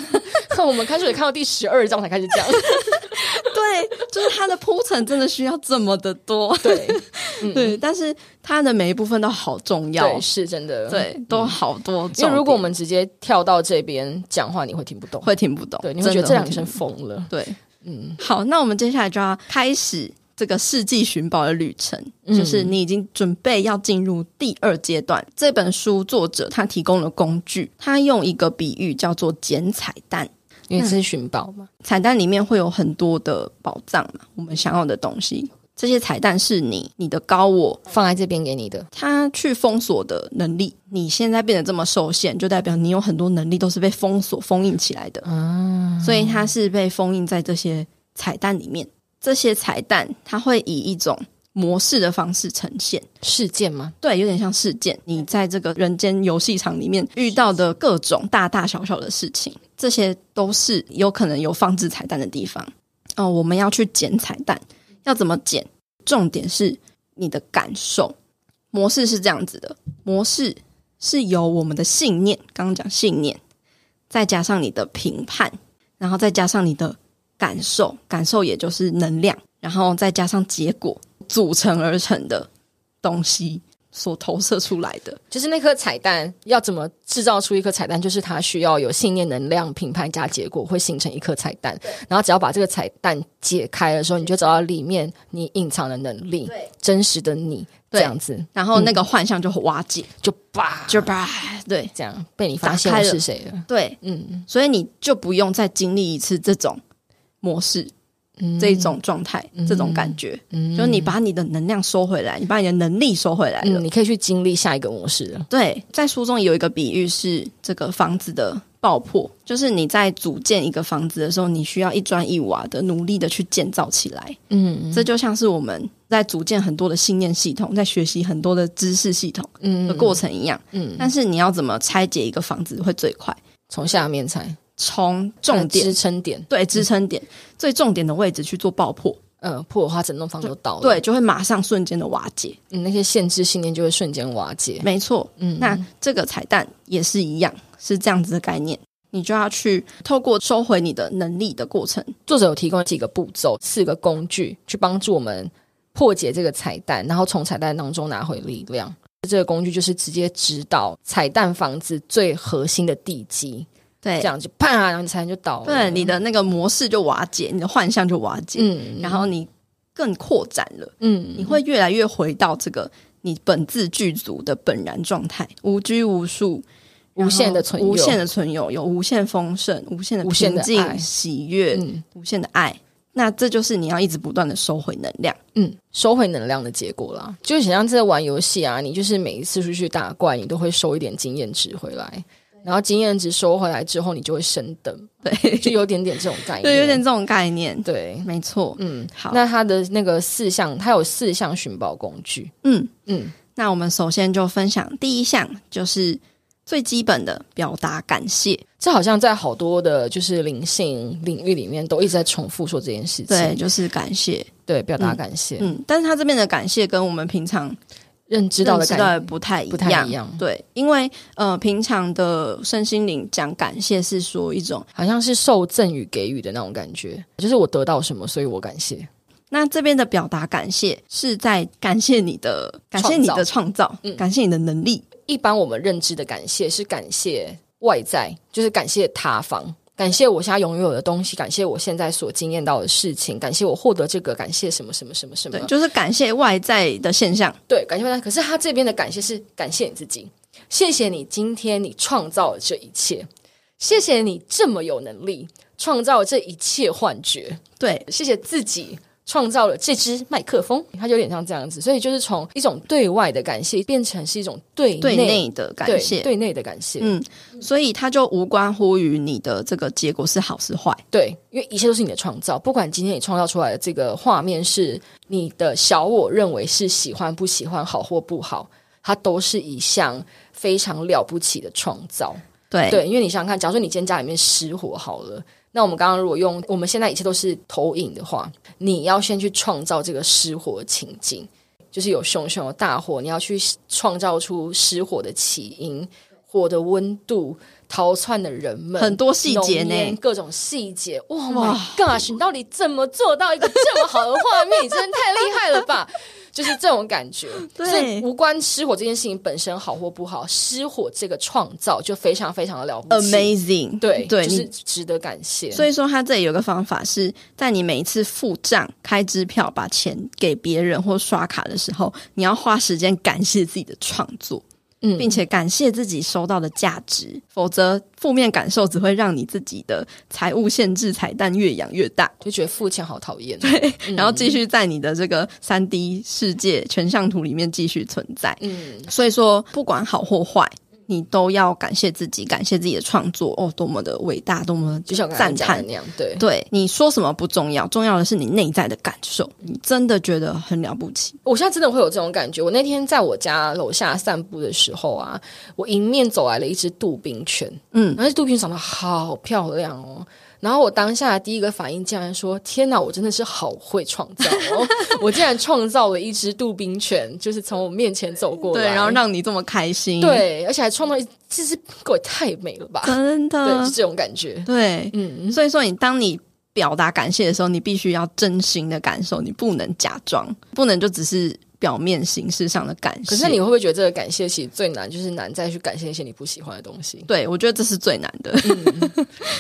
Speaker 2: 我们开始看到第十二章才开始讲，
Speaker 1: 对，就是它的铺陈真的需要这么的多，
Speaker 2: 对
Speaker 1: 对，但是它的每一部分都好重要哦
Speaker 2: 对，，是真的，。
Speaker 1: 对，都好多重
Speaker 2: 因
Speaker 1: 点。
Speaker 2: 为如果我们直接跳到这边讲话，你会听不懂，
Speaker 1: 会听不懂，
Speaker 2: 对，你会觉得这两个
Speaker 1: 真
Speaker 2: 人
Speaker 1: 的
Speaker 2: 疯了。
Speaker 1: 会听不懂对，
Speaker 2: 嗯，
Speaker 1: 好，那我们接下来就要开始这个世纪寻宝的旅程，就是你已经准备要进入第二阶段。这本书作者他提供了工具，他用一个比喻叫做捡彩蛋。
Speaker 2: 因为这是寻宝嘛，
Speaker 1: 彩蛋里面会有很多的宝藏嘛，我们想要的东西。这些彩蛋是你、你的高我，
Speaker 2: 放在这边给你的，
Speaker 1: 他去封锁的能力。你现在变得这么受限，就代表你有很多能力都是被封锁、封印起来的。所以它是被封印在这些彩蛋里面。这些彩蛋它会以一种模式的方式呈现，
Speaker 2: 事件吗？
Speaker 1: 对，有点像事件。你在这个人间游戏场里面遇到的各种大大小小的事情，这些都是有可能有放置彩蛋的地方。哦，我们要去捡彩蛋，要怎么捡？重点是你的感受。模式是这样子的，模式是由我们的信念，刚刚讲信念，再加上你的评判，然后再加上你的感受，感受也就是能量，然后再加上结果组成而成的东西。所投射出来的。
Speaker 2: 就是那颗彩蛋要怎么制造出一颗彩蛋，就是它需要有信念、能量、评判加结果，会形成一颗彩蛋。然后只要把这个彩蛋解开的时候，你就找到里面你隐藏的能力，真实的你，这
Speaker 1: 对
Speaker 2: 样子
Speaker 1: 然后那个幻象就瓦解，
Speaker 2: 嗯就吧，
Speaker 1: 就吧，对
Speaker 2: 这样被你发现
Speaker 1: 打
Speaker 2: 我
Speaker 1: 开了
Speaker 2: 是谁了。
Speaker 1: 对，
Speaker 2: 嗯，
Speaker 1: 所以你就不用再经历一次这种模式、
Speaker 2: 嗯
Speaker 1: 这一种状态、这种感觉，
Speaker 2: 嗯
Speaker 1: 就是你把你的能量收回来，你把你的能力收回来了。
Speaker 2: 嗯，你可以去经历下一个模式了。
Speaker 1: 对，在书中有一个比喻是这个房子的爆破，就是你在组建一个房子的时候，你需要一砖一瓦的努力的去建造起来。
Speaker 2: 嗯
Speaker 1: 这就像是我们在组建很多的信念系统，在学习很多的知识系统
Speaker 2: 嗯
Speaker 1: 的过程一样。
Speaker 2: 嗯，
Speaker 1: 但是你要怎么拆解一个房子会最快？
Speaker 2: 从下面才
Speaker 1: 从重
Speaker 2: 呃支
Speaker 1: 点
Speaker 2: 撑点，
Speaker 1: 对支撑点最重点的位置去做爆破，
Speaker 2: 呃，破的话整栋房都倒了。
Speaker 1: 对，，就会马上瞬间的瓦解。
Speaker 2: 嗯，那些限制信念就会瞬间瓦解。
Speaker 1: 没错，
Speaker 2: 嗯，
Speaker 1: 那这个彩蛋也是一样，是这样子的概念。你就要去透过收回你的能力的过程，
Speaker 2: 作者有提供几个步骤、四个工具，去帮助我们破解这个彩蛋，然后从彩蛋当中拿回力量。这个工具就是直接指导彩蛋房子最核心的地基，哎
Speaker 1: 对
Speaker 2: 这样就啪，然后你彩蛋就倒了。
Speaker 1: 对，你的那个模式就瓦解，你的幻象就瓦解，
Speaker 2: 嗯，
Speaker 1: 然后你更扩展了，
Speaker 2: 嗯，
Speaker 1: 你会越来越回到这个你本自具足的本然状态，无拘无束，
Speaker 2: 无限的存有，
Speaker 1: 无限的存有，有无限丰盛，无限的
Speaker 2: 无限
Speaker 1: 平
Speaker 2: 的爱
Speaker 1: 静、喜悦，
Speaker 2: 嗯
Speaker 1: 无限的爱。那这就是你要一直不断的收回能量。
Speaker 2: 嗯，收回能量的结果啦，就是想像在玩游戏啊，你就是每一次出去打怪，你都会收一点经验值回来。然后经验值收回来之后，你就会升等，
Speaker 1: 对，
Speaker 2: 就有点点这种概念，
Speaker 1: 对，有点这种概念。
Speaker 2: 哎对，
Speaker 1: 没错。
Speaker 2: 嗯，
Speaker 1: 好，
Speaker 2: 那它的那个四项，它有四项寻宝工具。
Speaker 1: 嗯，
Speaker 2: 嗯，
Speaker 1: 那我们首先就分享第一项，就是最基本的表达感谢。
Speaker 2: 这好像在好多的就是灵性领域里面都一直在重复说这件事情。
Speaker 1: 对，就是感谢。嗯
Speaker 2: 对，表达感谢，
Speaker 1: 嗯，但是他这边的感谢跟我们平常
Speaker 2: 认知到的
Speaker 1: 认知到也
Speaker 2: 感
Speaker 1: 不太一
Speaker 2: 不太一样，
Speaker 1: 对，因为呃，平常的身心灵讲感谢是说一种，
Speaker 2: 好像是受赠与给予的那种感觉，就是我得到什么，所以我感谢。
Speaker 1: 那这边的表达感谢是在感谢你的，感谢你的创造，
Speaker 2: 嗯
Speaker 1: 感谢你的能力。
Speaker 2: 一般我们认知的感谢是感谢外在，就是感谢他方，感谢我现在拥有的东西，感谢我现在所经验到的事情，感谢我获得这个，感谢什么什么什么什么
Speaker 1: 对，。就是感谢外在的现象。
Speaker 2: 对，感谢他。可是他这边的感谢是感谢你自己，谢谢你今天你创造了这一切，谢谢你这么有能力创造了这一切幻觉，
Speaker 1: 对，
Speaker 2: 谢谢自己。创造了这支麦克风，它就有点像这样子，所以就是从一种对外的感谢变成是一种对内
Speaker 1: 对内的感
Speaker 2: 对
Speaker 1: 谢。
Speaker 2: 对内的感谢。
Speaker 1: 嗯，所以它就无关乎于你的这个结果是好是坏。
Speaker 2: 对，因为一切都是你的创造，不管今天你创造出来的这个画面是你的小我认为是喜欢不喜欢、好或不好，它都是一项非常了不起的创造。
Speaker 1: 对，
Speaker 2: 对，因为你想想看，假如说你今天家里面失火好了，那我们刚刚如果用我们现在一切都是投影的话，你要先去创造这个失火的情境，就是有熊熊的大火，你要去创造出失火的起因、火的温度、逃窜的人们，
Speaker 1: 很多细节
Speaker 2: 浓烟
Speaker 1: 呢。
Speaker 2: 各种细节，哇
Speaker 1: 哇
Speaker 2: 哇 gosh！你到底怎么做到一个这么好的画面？你真的太厉害了吧！ 就是这种感觉，
Speaker 1: 对
Speaker 2: 所以无关失火这件事情本身好或不好，失火这个创造就非常非常的了不起
Speaker 1: Amazing，
Speaker 2: 对
Speaker 1: 对，
Speaker 2: 就是
Speaker 1: 你
Speaker 2: 值得感谢。
Speaker 1: 所
Speaker 2: 以
Speaker 1: 以说，他这里有个方法是在你每一次付账、开支票、把钱给别人或刷卡的时候，你要花时间感谢自己的创作，
Speaker 2: 嗯
Speaker 1: 并且感谢自己收到的价值，否则负面感受只会让你自己的财务限制彩蛋越养越大，
Speaker 2: 就觉得付钱好讨厌，嗯
Speaker 1: 然后继续在你的这个三 D 世界全像图里面继续存在。
Speaker 2: 嗯，
Speaker 1: 所以说，不管好或坏。你都要感谢自己，感谢自己的创作哦，多么的伟大，多么
Speaker 2: 就
Speaker 1: 的
Speaker 2: 像我刚才
Speaker 1: 赞
Speaker 2: 讲
Speaker 1: 叹
Speaker 2: 的那样，对，
Speaker 1: 对你说什么不重要，重要的是你内在的感受。你真的觉得很了不起，
Speaker 2: 我现在真的会有这种感觉。我那天在我家楼下散步的时候啊，我迎面走来了一只杜宾犬，
Speaker 1: 嗯
Speaker 2: 然后这杜宾长得好漂亮哦。然后我当下的第一个反应竟然说：“天哪，我真的是好会创造 哦！我竟然创造了一只杜宾犬，就是从我面前走过来，
Speaker 1: 对，然后让你嗯这么开心，，
Speaker 2: 对，而且还创造一这只狗也太美了吧？
Speaker 1: 真
Speaker 2: 对，
Speaker 1: 的
Speaker 2: 是，这种感觉。
Speaker 1: 对。
Speaker 2: 嗯，
Speaker 1: 所以说，你当你表达感谢的时候，你必须要真心的感受，你不能假装，不能就只是表面形式上的感谢。
Speaker 2: 可是你会不会觉得这个感谢其实最难，就是难在去感谢一些你不喜欢的东西？
Speaker 1: 对我觉得这是最难的，
Speaker 2: 嗯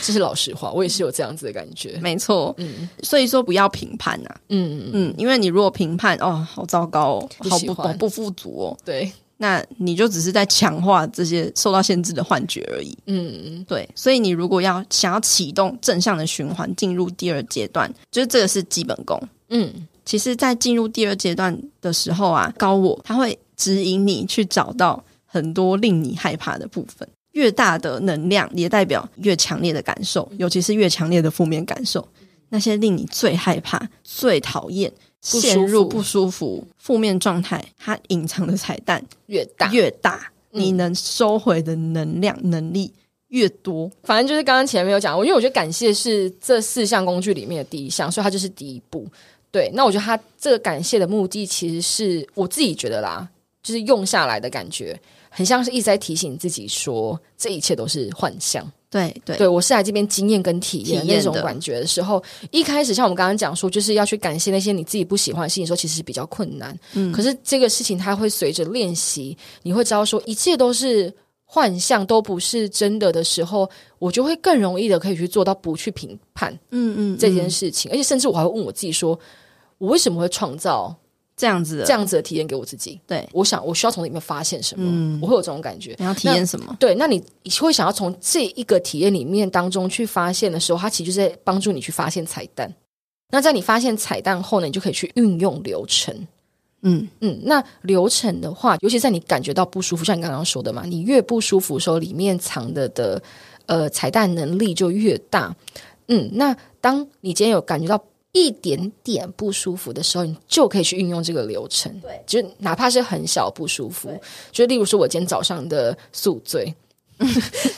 Speaker 2: 这是老实话，我也是有这样子的感觉。
Speaker 1: 没错。
Speaker 2: 嗯
Speaker 1: 所以说，不要评判呐、
Speaker 2: 嗯，嗯
Speaker 1: 嗯，因为你如果评判，哦，好糟糕哦，
Speaker 2: 不
Speaker 1: 好
Speaker 2: 喜
Speaker 1: 不
Speaker 2: 欢
Speaker 1: 不富足哦，
Speaker 2: 对，
Speaker 1: 那你就只是在强化这些受到限制的幻觉而已。
Speaker 2: 嗯
Speaker 1: 对，所以你如果要想要启动正向的循环，进入第二阶段，就是这个是基本功。
Speaker 2: 嗯，
Speaker 1: 其实，在进入第二阶段的时候啊，高我他会指引你去找到很多令你害怕的部分。越大的能量，也代表越强烈的感受，尤其是越强烈的负面感受，那些令你最害怕、最讨厌、
Speaker 2: 不舒服
Speaker 1: 陷入不舒服、负面状态，它隐藏的彩蛋
Speaker 2: 越大
Speaker 1: 越大，
Speaker 2: 嗯
Speaker 1: 你能收回的能量、能力越多。
Speaker 2: 反正就是刚刚前面有讲过，因为我觉得感谢是这四项工具里面的第一项，所以它就是第一步。对，那我觉得它这个感谢的目的，其实是我自己觉得啦，就是用下来的感觉，很像是一直在提醒自己说，这一切都是幻象。
Speaker 1: 对对
Speaker 2: 对我是来这边经验跟体验
Speaker 1: 体验的
Speaker 2: 那种感觉的时候，一开始像我们刚刚讲说，就是要去感谢那些你自己不喜欢的事情的时候，其实是比较困难。
Speaker 1: 嗯
Speaker 2: 可是这个事情它会随着练习，你会知道说一切都是幻象，都不是真的的时候，我就会更容易的可以去做到不去评判
Speaker 1: 嗯嗯，
Speaker 2: 这件
Speaker 1: 事
Speaker 2: 事情，而且甚至我还会问我自己说，我为什么会创造
Speaker 1: 这样子的，
Speaker 2: 这样子的体验给我自己？
Speaker 1: 对，
Speaker 2: 我想我需要从里面发现什么？
Speaker 1: 嗯
Speaker 2: 我会有这种感觉。
Speaker 1: 你要体验什么？
Speaker 2: 对，那你会想要从这一个体验里面当中去发现的时候，它其实就是在帮助你去发现彩蛋。那在你发现彩蛋后呢，你就可以去运用流程。
Speaker 1: 嗯，
Speaker 2: 嗯，那流程的话，尤其在你感觉到不舒服，像你刚刚说的嘛，你越不舒服的时候，里面藏的的呃彩蛋能力就越大。嗯，那当你今天有感觉到一点点不舒服的时候，你就可以去运用这个流程。对，就哪怕是很小不舒服，就例如说我今天早上的宿醉，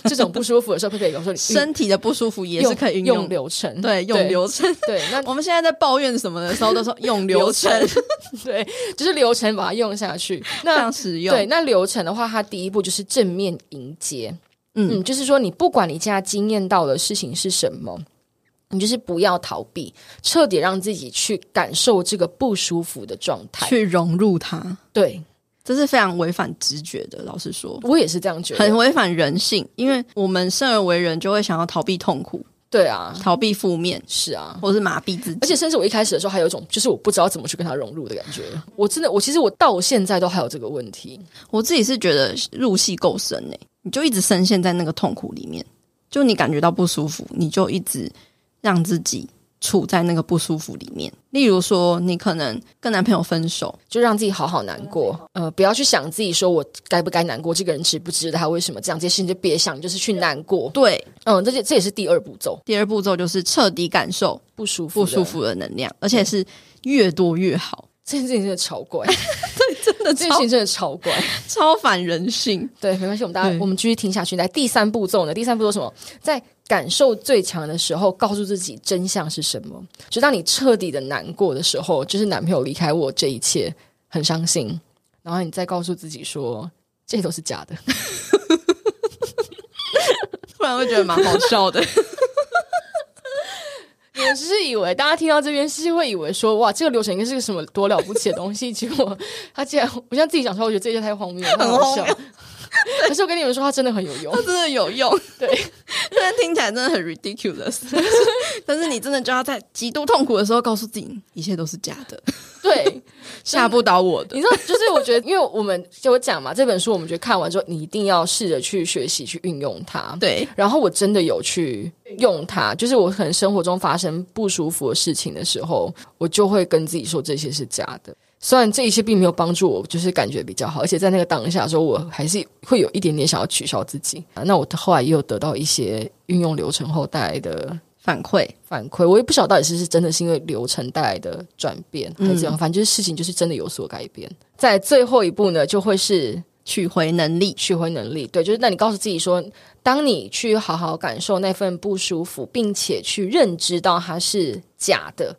Speaker 2: 这种不舒服的时候，佩佩有时候你运
Speaker 1: 身体的不舒服也是可以运
Speaker 2: 用
Speaker 1: 用
Speaker 2: 用流程，
Speaker 1: 对，用流程。
Speaker 2: 对，那
Speaker 1: 我们现在在抱怨什么的时候，都说用流程
Speaker 2: 对，就是流程把它用下去。
Speaker 1: 非
Speaker 2: 那
Speaker 1: 常实用。
Speaker 2: 对，那流程的话，它第一步就是正面迎接。
Speaker 1: 嗯
Speaker 2: 嗯，就是说你不管你现在经验到的事情是什么，你就是不要逃避，彻底让自己去感受这个不舒服的状态。
Speaker 1: 去融入它，
Speaker 2: 对
Speaker 1: 这是非常违反直觉的。老实说，
Speaker 2: 我也是这样觉
Speaker 1: 很
Speaker 2: 得。
Speaker 1: 违反人性，因为我们生而为人，就会想要逃避痛苦、
Speaker 2: 对啊，
Speaker 1: 逃避负面，
Speaker 2: 是啊。
Speaker 1: 或是麻痹自
Speaker 2: 而
Speaker 1: 己。
Speaker 2: 且甚至我一开始的时候还有一种，就是我不知道怎么去跟他融入的感觉。我真的，我其实我到现在都还有这个问题。
Speaker 1: 我自己是觉得入戏够深呢、你就一直深陷在那个痛苦里面，就你感觉到不舒服，你就一直让自己处在那个不舒服里面。例如说，你可能跟男朋友分手，
Speaker 2: 就让自己好好难过，呃，不要去想自己说我该不该难过，这个人值不值得他为什么这样，这些事情就别想，就是去难过。
Speaker 1: 对，
Speaker 2: 嗯，这就这也是第二步骤，
Speaker 1: 第二步骤就是彻底感受
Speaker 2: 不舒服，
Speaker 1: 不舒，服的能量，而且是越多越好，
Speaker 2: 这件事情真的超 怪，
Speaker 1: 真的
Speaker 2: 这件事情真的超怪。
Speaker 1: 超反人性。
Speaker 2: 对，没关系，我们大家
Speaker 1: 对
Speaker 2: 我们继续听下去。来，第三步骤呢？第三步骤是什么？在感受最强的时候，告诉自己真相是什么。就当你彻底的难过的时候，就是男朋友离开我，这一切很伤心。然后你再告诉自己说，这些都是假的。
Speaker 1: 突然会觉得蛮 好笑 的，
Speaker 2: 你们只是以为大家听到这边是会以为说，哇，这个流程应该是个什么多了不起的东西，结果他竟然，我现在自己想说，我觉得这些太荒谬了，太
Speaker 1: 很
Speaker 2: 好
Speaker 1: 荒
Speaker 2: 笑
Speaker 1: 谬。
Speaker 2: 可是我跟你们说，它真的很有 用
Speaker 1: 它。真的有用。
Speaker 2: 对，
Speaker 1: 但是听起来真的很 ridiculous 但是。但是你真的就要在极度痛苦的时候告诉自己，一切都是假的，
Speaker 2: 对，
Speaker 1: 吓不倒我的。
Speaker 2: 你知道，就是我觉得，因为我们就我讲嘛，这本书我们觉得看完之后，你一定要试着去学习去运用它。
Speaker 1: 对，
Speaker 2: 然后我真的有去用它，就是我可能生活中发生不舒服的事情的时候，我就会跟自己说这些是假的。虽然这一切并没有帮助我，就是感觉比较好，而且在那个当下的时候，我还是会有一点点想要取消自己。啊那我后来也有得到一些运用流程后带来的
Speaker 1: 反馈
Speaker 2: 反馈，我也不晓得到底是是真的是因为流程带来的转变，还是怎样，
Speaker 1: 嗯
Speaker 2: 反正就是事情就是真的有所改变。在最后一步呢，就会是
Speaker 1: 取回能力，
Speaker 2: 取回能力，对，就是那你告诉自己说，当你去好好感受那份不舒服，并且去认知到它是假的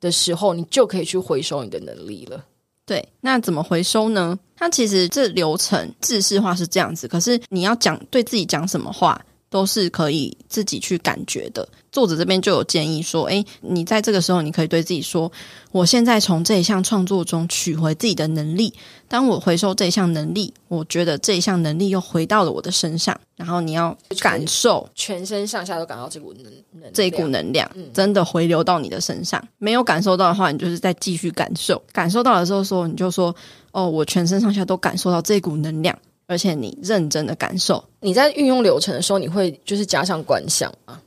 Speaker 2: 的时候，你就可以去回收你的能力了。
Speaker 1: 对，那怎么回收呢？它其实这流程制式化是这样子，可是你要讲对自己讲什么话，都是可以自己去感觉的。作者这边就有建议说，诶，你在这个时候，你可以对自己说：“我现在从这一项创作中取回自己的能力。当我回收这一项能力，我觉得这一项能力又回到了我的身上。然后你要感受
Speaker 2: 全身上下都感到这股能能
Speaker 1: 这一股
Speaker 2: 量嗯
Speaker 1: 能量真的回流到你的身上。没有感受到的话，你就是再继续感受。感受到的时候说，你就说：“哦，我全身上下都感受到这股能量，而且你认真的感受。
Speaker 2: 你在运用流程的时候，你会就是加上观想吗？”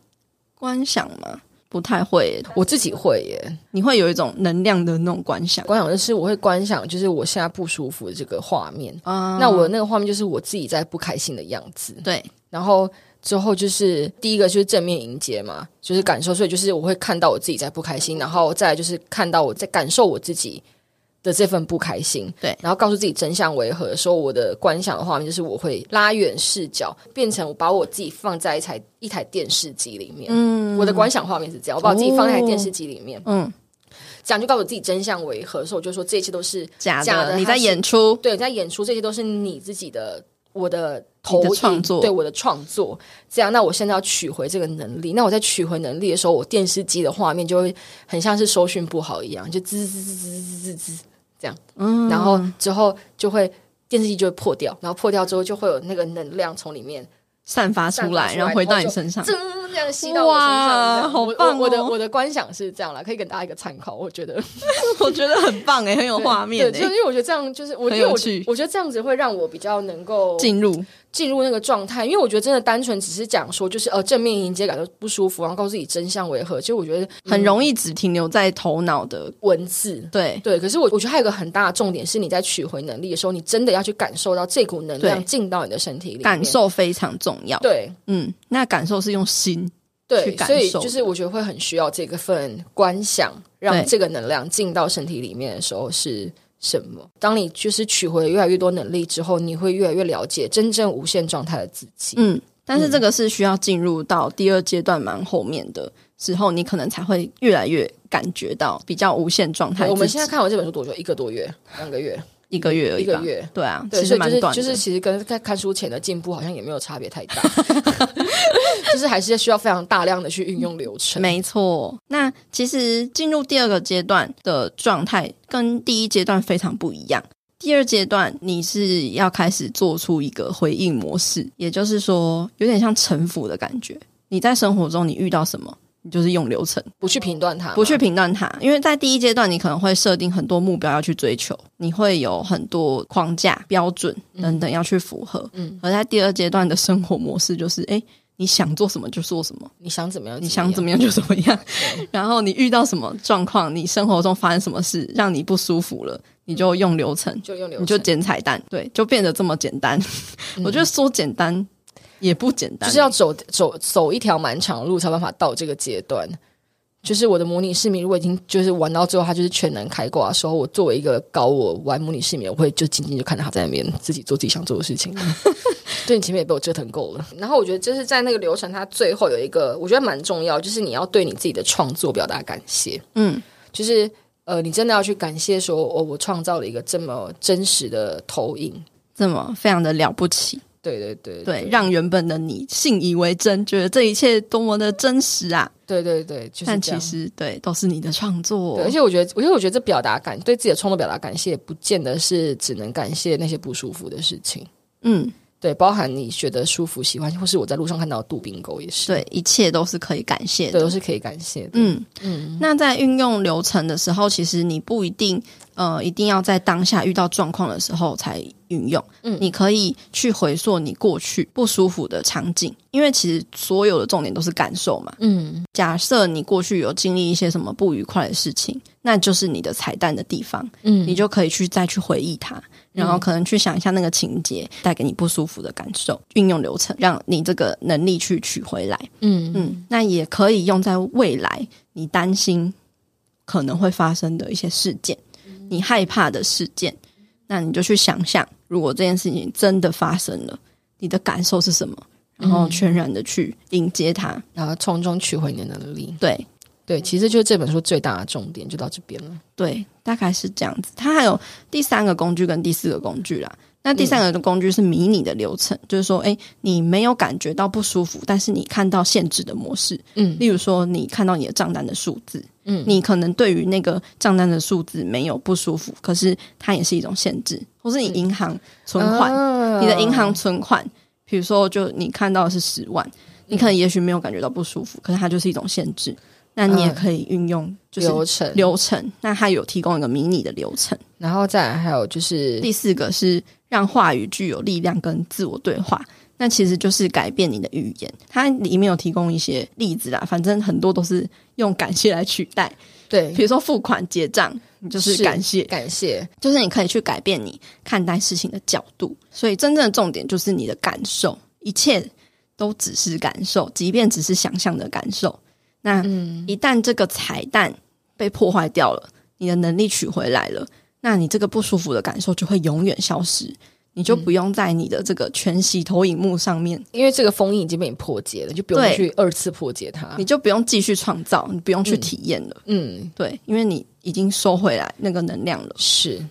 Speaker 1: 观想嘛，不太会耶，
Speaker 2: 我自己会耶，
Speaker 1: 你会有一种能量的那种观想
Speaker 2: 观想就是我会观想，就是我现在不舒服的这个画面。
Speaker 1: 啊
Speaker 2: 那我那个画面就是我自己在不开心的样子，
Speaker 1: 对
Speaker 2: 然后之后就是第一个就是正面迎接嘛，就是感受，所以就是我会看到我自己在不开心，然后再来就是看到我在感受我自己的这份不开心，
Speaker 1: 对
Speaker 2: 然后告诉自己真相为何的时候，我的观想的画面就是我会拉远视角，变成我把我自己放在一台一台电视机里面，
Speaker 1: 嗯
Speaker 2: 我的观想画面是这样，我把我自己放在一台电视机里面，
Speaker 1: 嗯
Speaker 2: 这样就告诉我自己真相为何的时候，我就说这一切都是
Speaker 1: 假的，
Speaker 2: 假的
Speaker 1: 你
Speaker 2: 它
Speaker 1: 在
Speaker 2: 是
Speaker 1: 演出，
Speaker 2: 对，在演出这些都是你自己的，我的投
Speaker 1: 你的
Speaker 2: 影
Speaker 1: 创作
Speaker 2: 对我的创作。这样，那我现在要取回这个能力。那我在取回能力的时候，我电视机的画面就会很像是收讯不好一样，就滋滋滋滋滋滋滋这样。
Speaker 1: 嗯
Speaker 2: 然后之后就会电视机就会破掉，然后破掉之后就会有那个能量从里面
Speaker 1: 散发
Speaker 2: 散
Speaker 1: 出
Speaker 2: 发
Speaker 1: 来，
Speaker 2: 出
Speaker 1: 然后
Speaker 2: 来
Speaker 1: 回
Speaker 2: 然后
Speaker 1: 到你
Speaker 2: 就
Speaker 1: 身上
Speaker 2: 噌。这样吸到我身
Speaker 1: 嗯
Speaker 2: 上。
Speaker 1: 哇
Speaker 2: 这样我
Speaker 1: 好棒
Speaker 2: 我我的
Speaker 1: 哦
Speaker 2: 我的观想是这样啦，可以给大家一个参考。我觉得
Speaker 1: 我觉得很棒哎，很有画面
Speaker 2: 对，就是
Speaker 1: 哎，
Speaker 2: 因为我觉得这样就是我
Speaker 1: 很
Speaker 2: 因为
Speaker 1: 有
Speaker 2: 我
Speaker 1: 趣
Speaker 2: 我觉得这样子会让我比较能够
Speaker 1: 进入
Speaker 2: 进入那个状态，因为我觉得真的单纯只是讲说，就是呃正面迎接感觉不舒服，然后告诉自己真相为何，其实我觉得
Speaker 1: 很容
Speaker 2: 易
Speaker 1: 易只停留在头脑的
Speaker 2: 文字。
Speaker 1: 对
Speaker 2: 对，可是我我觉得还有一个很大的重点是，你在取回能力的时候，你真的要去感受到这股能量
Speaker 1: 对
Speaker 2: 进到你的身体里面，
Speaker 1: 感受非常重要。
Speaker 2: 对
Speaker 1: 嗯，那感受是用心，去
Speaker 2: 对，
Speaker 1: 感
Speaker 2: 所以
Speaker 1: 受的
Speaker 2: 就是我觉得会很需要这个份观想，让
Speaker 1: 对
Speaker 2: 这个能量进到身体里面的时候是什么。当你就是取回越来越多能力之后，你会越来越了解真正无限状态的自己。
Speaker 1: 嗯，但是这个是需要进入到第二阶段蛮后面的时候，你可能才会越来越感觉到比较无限状态自
Speaker 2: 对
Speaker 1: 己。
Speaker 2: 我们现在看完这本书多久？一个多月，两个月，
Speaker 1: 一个月而已，
Speaker 2: 一个，月。
Speaker 1: 对啊，
Speaker 2: 对，
Speaker 1: 其
Speaker 2: 所
Speaker 1: 实
Speaker 2: 以就
Speaker 1: 蛮
Speaker 2: 是
Speaker 1: 短的，
Speaker 2: 就是其实跟看看书前的进步好像也没有差别太 大，就是还是需要非常大量的去运用流程。
Speaker 1: 没错。那其实进入第二个阶段的状态跟第一阶段非常不一样。第二阶段你是要开始做出一个回应模式，也就是说，有点像臣服的感觉。你在生活中你遇到什么，你就是用流程。
Speaker 2: 不去评断它嘛，
Speaker 1: 不去评断它，因为在第一阶段，你可能会设定很多目标要去追求，你会有很多框架、标准等等要去符合。
Speaker 2: 嗯
Speaker 1: 而在第二阶段的生活模式就是，哎，你想做什么就做什么，
Speaker 2: 你想怎么样？
Speaker 1: 你想怎
Speaker 2: 么
Speaker 1: 么样就怎么 样。然后你遇到什么状况，你生活中发生什么事让你不舒服了，你就用流程，
Speaker 2: 样就嗯用流程，
Speaker 1: 你就捡彩蛋，对，就变得这么简单。
Speaker 2: 嗯
Speaker 1: 我觉得说简单也不简单，
Speaker 2: 就是要走走走一条蛮长的路，才有办法到这个阶段。就是我的模拟市民，如果已经就是玩到最后，他就是全能开挂的时候，我作为一个高我玩模拟市民，我会就静静就看着他在那边自己做自己想做的 事情。对你前面也被我折腾够了。然后我觉得就是在那个流程，它最后有一个我觉得蛮重要，就是你要对你自己的创作表达感谢。
Speaker 1: 嗯。
Speaker 2: 就是呃，你真的要去感谢说，哦，我创造了一个这么真实的投影。
Speaker 1: 这么非常的了不起，
Speaker 2: 对对对
Speaker 1: 对，让原本的你信以为真，觉得这一切多么的真实啊！
Speaker 2: 对对对，就是
Speaker 1: 但
Speaker 2: 这
Speaker 1: 其
Speaker 2: 样
Speaker 1: 实对，都是你的创作
Speaker 2: 对，而。且我觉得，我觉得，我觉得这表达感对自己的冲动表达感谢，不见得是只能感谢那些不舒服的事情，
Speaker 1: 嗯，
Speaker 2: 对，包含你觉得舒服、喜欢，或是我在路上看到的杜宾狗也是，
Speaker 1: 对，一切都是可以感谢
Speaker 2: 对，都
Speaker 1: 的。
Speaker 2: 是可以感谢的。
Speaker 1: 嗯，
Speaker 2: 嗯，
Speaker 1: 那在运用流程的时候，其实你不一定呃，一定要在当下遇到状况的时候才运用。
Speaker 2: 嗯
Speaker 1: 你可以去回溯你过去不舒服的场景，因为其实所有的重点都是感受嘛。
Speaker 2: 嗯，
Speaker 1: 假设你过去有经历一些什么不愉快的事情，那就是你的彩蛋的地方。
Speaker 2: 嗯
Speaker 1: 你就可以去再去回忆它，然后可能去想一下那个情节带给你不舒服的感受，运用流程让你这个能力去取回来。
Speaker 2: 嗯嗯
Speaker 1: 嗯，那也可以用在未来你担心可能会发生的一些事件，
Speaker 2: 嗯
Speaker 1: 你害怕的事件，那你就去想象，如果这件事情真的发生了，你的感受是什么，然
Speaker 2: 嗯
Speaker 1: 后全然的去迎接它。
Speaker 2: 然后从中取回你的能力。
Speaker 1: 对，
Speaker 2: 对，其
Speaker 1: 嗯
Speaker 2: 实就是这本书最大的重点就到这边了。
Speaker 1: 对，大概是这样子。它还有第三个工具跟第四个工具啦。那第三个工具是迷你的流程，就是说，诶，你没有感觉到不舒服，但是你看到限制的模式，
Speaker 2: 嗯
Speaker 1: 例如说，你看到你的账单的数字，
Speaker 2: 嗯
Speaker 1: 你可能对于那个账单的数字没有不舒服，可是它也是一种限制，或是你银行存款，
Speaker 2: 啊
Speaker 1: 你的银行存款，比如说，就你看到的是十万，你
Speaker 2: 嗯
Speaker 1: 可能也许没有感觉到不舒服，可是它就是一种限制。那你也
Speaker 2: 嗯
Speaker 1: 可以运用，就是
Speaker 2: 流程，
Speaker 1: 流程，那它有提供一个迷你的流程。
Speaker 2: 然后再来还有就是
Speaker 1: 第四个是让话语具有力量跟自我对话，那其实就是改变你的语言。它里面有提供一些例子啦，反正很多都是用感谢来取代，
Speaker 2: 对
Speaker 1: 比如说付款结账，你就是
Speaker 2: 是
Speaker 1: 感谢，
Speaker 2: 感谢，
Speaker 1: 就是你可以去改变你看待事情的角度。所以真正的重点就是你的感受，一切都只是感受，即便只是想象的感受。那
Speaker 2: 嗯
Speaker 1: 一旦这个彩蛋被破坏掉了，你的能力取回来了，那你这个不舒服的感受就会永远消失，你就不用在你的这个全息投影幕上面，
Speaker 2: 因为这个封印已经被你破解了，就不用
Speaker 1: 对
Speaker 2: 去二次破解它
Speaker 1: 你。就不用继续创造，你不用去体验了，
Speaker 2: 嗯，
Speaker 1: 对，因为你已经收回来那个能量了。
Speaker 2: 是，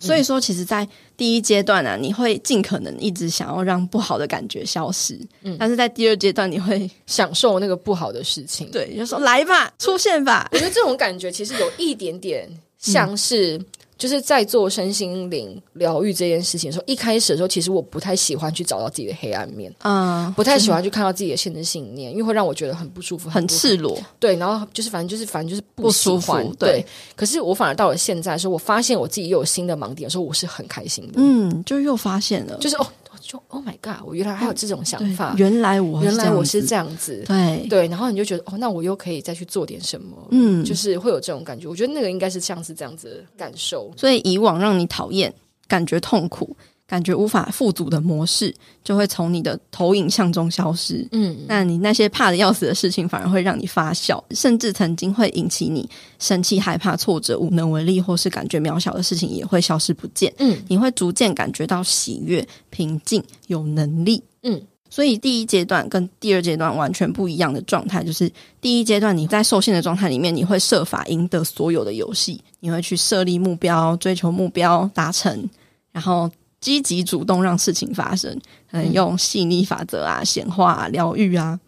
Speaker 1: 所以说，其实，在第一阶段啊，你会尽可能一直想要让不好的感觉消失，
Speaker 2: 嗯
Speaker 1: 但是在第二阶段，你会
Speaker 2: 享受那个不好的事情。，
Speaker 1: 对就说来吧，出现吧，
Speaker 2: 我觉得这种感觉其实有一点点像是。就是在做身心灵疗愈这件事情的时候，一开始的时候，其实我不太喜欢去找到自己的黑暗面，
Speaker 1: 嗯，
Speaker 2: 不太喜欢去看到自己的限制信念，因为会让我觉得很不舒服，
Speaker 1: 很
Speaker 2: 不
Speaker 1: 赤裸，
Speaker 2: 对，然后就是反正就是反正就是
Speaker 1: 不
Speaker 2: 喜
Speaker 1: 舒服
Speaker 2: 欢
Speaker 1: 对
Speaker 2: 对。可是我反而到了现在的时候，我发现我自己又有新的盲点的时候，我是很开心的，
Speaker 1: 嗯，就又发现了，
Speaker 2: 就是哦，就 Oh my God，我原来还有这种想
Speaker 1: 对
Speaker 2: 法，
Speaker 1: 原来我
Speaker 2: 原来我
Speaker 1: 是
Speaker 2: 是
Speaker 1: 这
Speaker 2: 这样子，
Speaker 1: 样子，对，
Speaker 2: 对，然后你就觉得哦，那我又可以再去做点什么，
Speaker 1: 嗯，就
Speaker 2: 就是是会有这种感觉。我觉得那个应该是像是这样子的感受，
Speaker 1: 所以以往让你讨厌、感觉痛苦，感觉无法富足的模式，就会从你的投影像中消失。
Speaker 2: 嗯，
Speaker 1: 那你那些怕的要死的事情，反而会让你发笑，甚至曾经会引起你生气、害怕、挫折、无能为力，或是感觉渺小的事情也会消失不见。
Speaker 2: 嗯
Speaker 1: 你会逐渐感觉到喜悦、平静、有能力。
Speaker 2: 嗯，
Speaker 1: 所以第一阶段跟第二阶段完全不一样的状态，就是第一阶段你在受限的状态里面，你会设法赢得所有的游戏，你会去设立目标、追求目标达成，然后积极主动让事情发生，可能
Speaker 2: 嗯
Speaker 1: 用吸引力法则啊、显化、啊、疗愈啊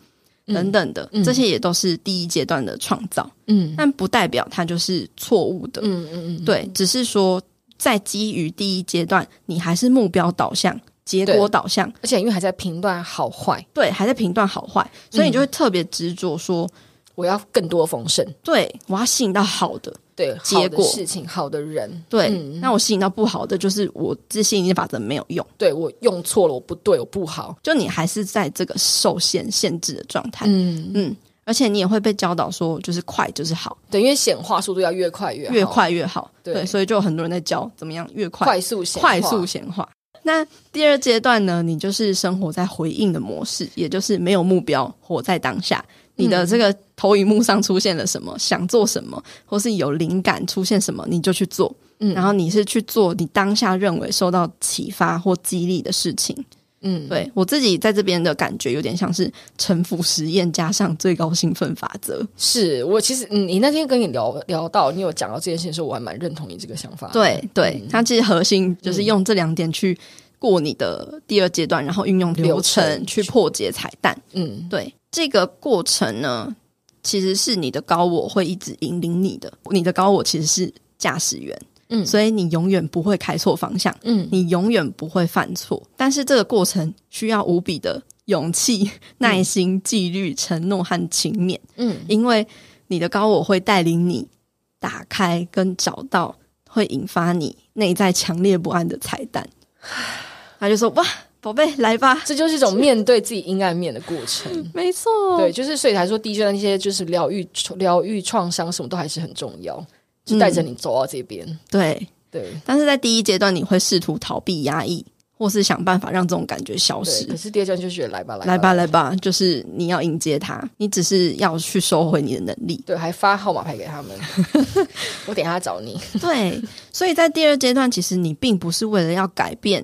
Speaker 2: 嗯
Speaker 1: 等，等的，
Speaker 2: 嗯
Speaker 1: 这些也都是第一阶段的创造，
Speaker 2: 嗯嗯
Speaker 1: 但不代表它就是错误的。
Speaker 2: 嗯嗯，嗯，
Speaker 1: 对，只是说在基于第一阶段，你还是目标导向、结果
Speaker 2: 对
Speaker 1: 导向，
Speaker 2: 而且因为还在评断好坏，
Speaker 1: 对，还在评断好坏，所以
Speaker 2: 嗯
Speaker 1: 你就会特别执着说，
Speaker 2: 我要更多丰盛，
Speaker 1: 对我要吸引到好的，
Speaker 2: 对，
Speaker 1: 结
Speaker 2: 好的
Speaker 1: 果
Speaker 2: 事情，好的人，
Speaker 1: 对，
Speaker 2: 嗯
Speaker 1: 那我吸引到不好的，就是我这吸引力法则没有用，
Speaker 2: 对我用错了，我不对，我不好，
Speaker 1: 就你还是在这个受限限制的状态，
Speaker 2: 嗯，
Speaker 1: 嗯。而且你也会被教导说，就是快就是好，
Speaker 2: 对，因为显化速度要越快越好
Speaker 1: 越，快越好。
Speaker 2: 对
Speaker 1: 对，所以就有很多人在教怎么样越快
Speaker 2: 快速显化，
Speaker 1: 快速显化。那第二阶段呢，你就是生活在回应的模式，也就是没有目标，活在当下。你的
Speaker 2: 嗯
Speaker 1: 这个投影幕上出现了什么，想做什么，或是有灵感出现什么，你就去做。
Speaker 2: 嗯
Speaker 1: 然后你是去做你当下认为受到启发或激励的事情。
Speaker 2: 嗯，
Speaker 1: 对我自己在这边的感觉，有点像是沉浮实验加上最高兴奋法则。
Speaker 2: 是我其实，嗯，你那天跟你聊聊到，你有讲到这件事情的时候，我还蛮认同你这个想法。，
Speaker 1: 对对，它其实核心就是用这两点去过你的第二阶段，然后运用流
Speaker 2: 流程
Speaker 1: 程去破解彩蛋。
Speaker 2: 嗯，
Speaker 1: 对这个过程呢，其实是你的高我会一直引领你的，你的高我其实是驾驶员，
Speaker 2: 嗯
Speaker 1: 所以你永远不会开错方向，
Speaker 2: 嗯，
Speaker 1: 你永远不会犯错。但是这个过程需要无比的勇气、耐心、纪律、承诺和勤勉，
Speaker 2: 嗯，
Speaker 1: 因为你的高我会带领你打开跟找到会引发你内在强烈不安的彩蛋。 他就说：“哇，宝贝，来吧，
Speaker 2: 这就是一种面对自己阴暗面的过程。
Speaker 1: 没错，
Speaker 2: 对，就是所以才说，第一阶段那些就是疗愈、疗愈创伤什么都还是很重要，就带
Speaker 1: 嗯
Speaker 2: 着你走到这边。
Speaker 1: 对，
Speaker 2: 对，
Speaker 1: 但是在第一阶段，你会试图逃避、压抑，或是想办法让这种感觉消
Speaker 2: 对。
Speaker 1: 失
Speaker 2: 可。是第二阶段就觉得来吧，来
Speaker 1: 来吧，
Speaker 2: 吧，。
Speaker 1: 来吧，就是你要迎接它，你只是要去收回你的能力
Speaker 2: 对，还发号码牌给他 们。我等一下找你。
Speaker 1: 对，所以在第二阶段，其实你并不是为了要改变、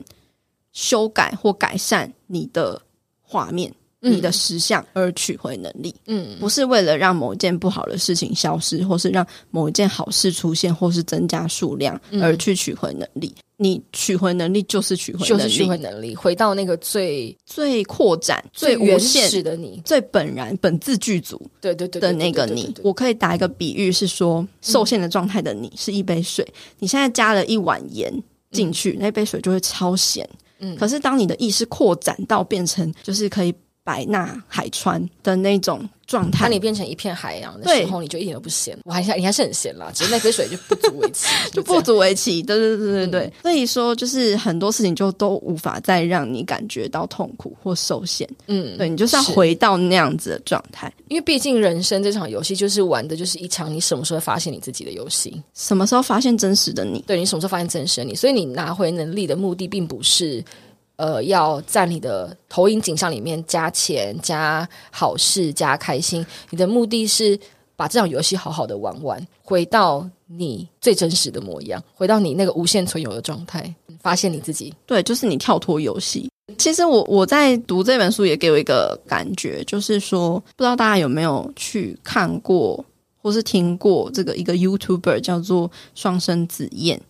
Speaker 1: 修改或改善你的画面、
Speaker 2: 嗯
Speaker 1: 你的实像而取回能力，
Speaker 2: 嗯
Speaker 1: 不是为了让某一件不好的事情消失，或是让某一件好事出现，或是增加数量
Speaker 2: 嗯
Speaker 1: 而去取回能力。你取回能力就是取回
Speaker 2: 就
Speaker 1: 能
Speaker 2: 是
Speaker 1: 力，
Speaker 2: 学会能力，回到那个最
Speaker 1: 最扩展、最无
Speaker 2: 原
Speaker 1: 限
Speaker 2: 始、的你。
Speaker 1: 最本然、本自具足
Speaker 2: 对对对
Speaker 1: 的
Speaker 2: 对对
Speaker 1: 那个
Speaker 2: 对对
Speaker 1: 你
Speaker 2: 对。对
Speaker 1: 我可以打一个比喻，是说受限的状态的你是一杯水，你现在加了一碗盐进去，那杯水就会超咸。
Speaker 2: 嗯
Speaker 1: 可是当你的意识扩展到变成就是可以百纳海川的那种状态
Speaker 2: 当，你变成一片海洋的
Speaker 1: 对
Speaker 2: 时候，你就一点都不咸。我还是你还是很咸啦，只是那杯水就不足为奇，
Speaker 1: 就
Speaker 2: 这样
Speaker 1: 不足为奇。对对对对对，
Speaker 2: 嗯
Speaker 1: 所以说就是很多事情就都无法再让你感觉到痛苦或受限，
Speaker 2: 嗯，
Speaker 1: 对你就是要回到那样子的状态。
Speaker 2: 因为毕竟人生这场游戏就是玩的，就是一场你什么时候会发现你自己的游戏，
Speaker 1: 什么时候发现真实的你？
Speaker 2: 对你什么时候发现真实的你，所以你拿回能力的目的并不是。呃，要在你的投影景象里面加钱、加好事、加开心，你的目的是把这场游戏好好的玩完，回到你最真实的模样，回到你那个无限存有的状态，发现你自己。
Speaker 1: 对，就是你跳脱游戏。其实我我在读这本书也给我一个感觉，就是说，不知道大家有没有去看过或是听过这个一个 YouTuber 叫做双生子燕，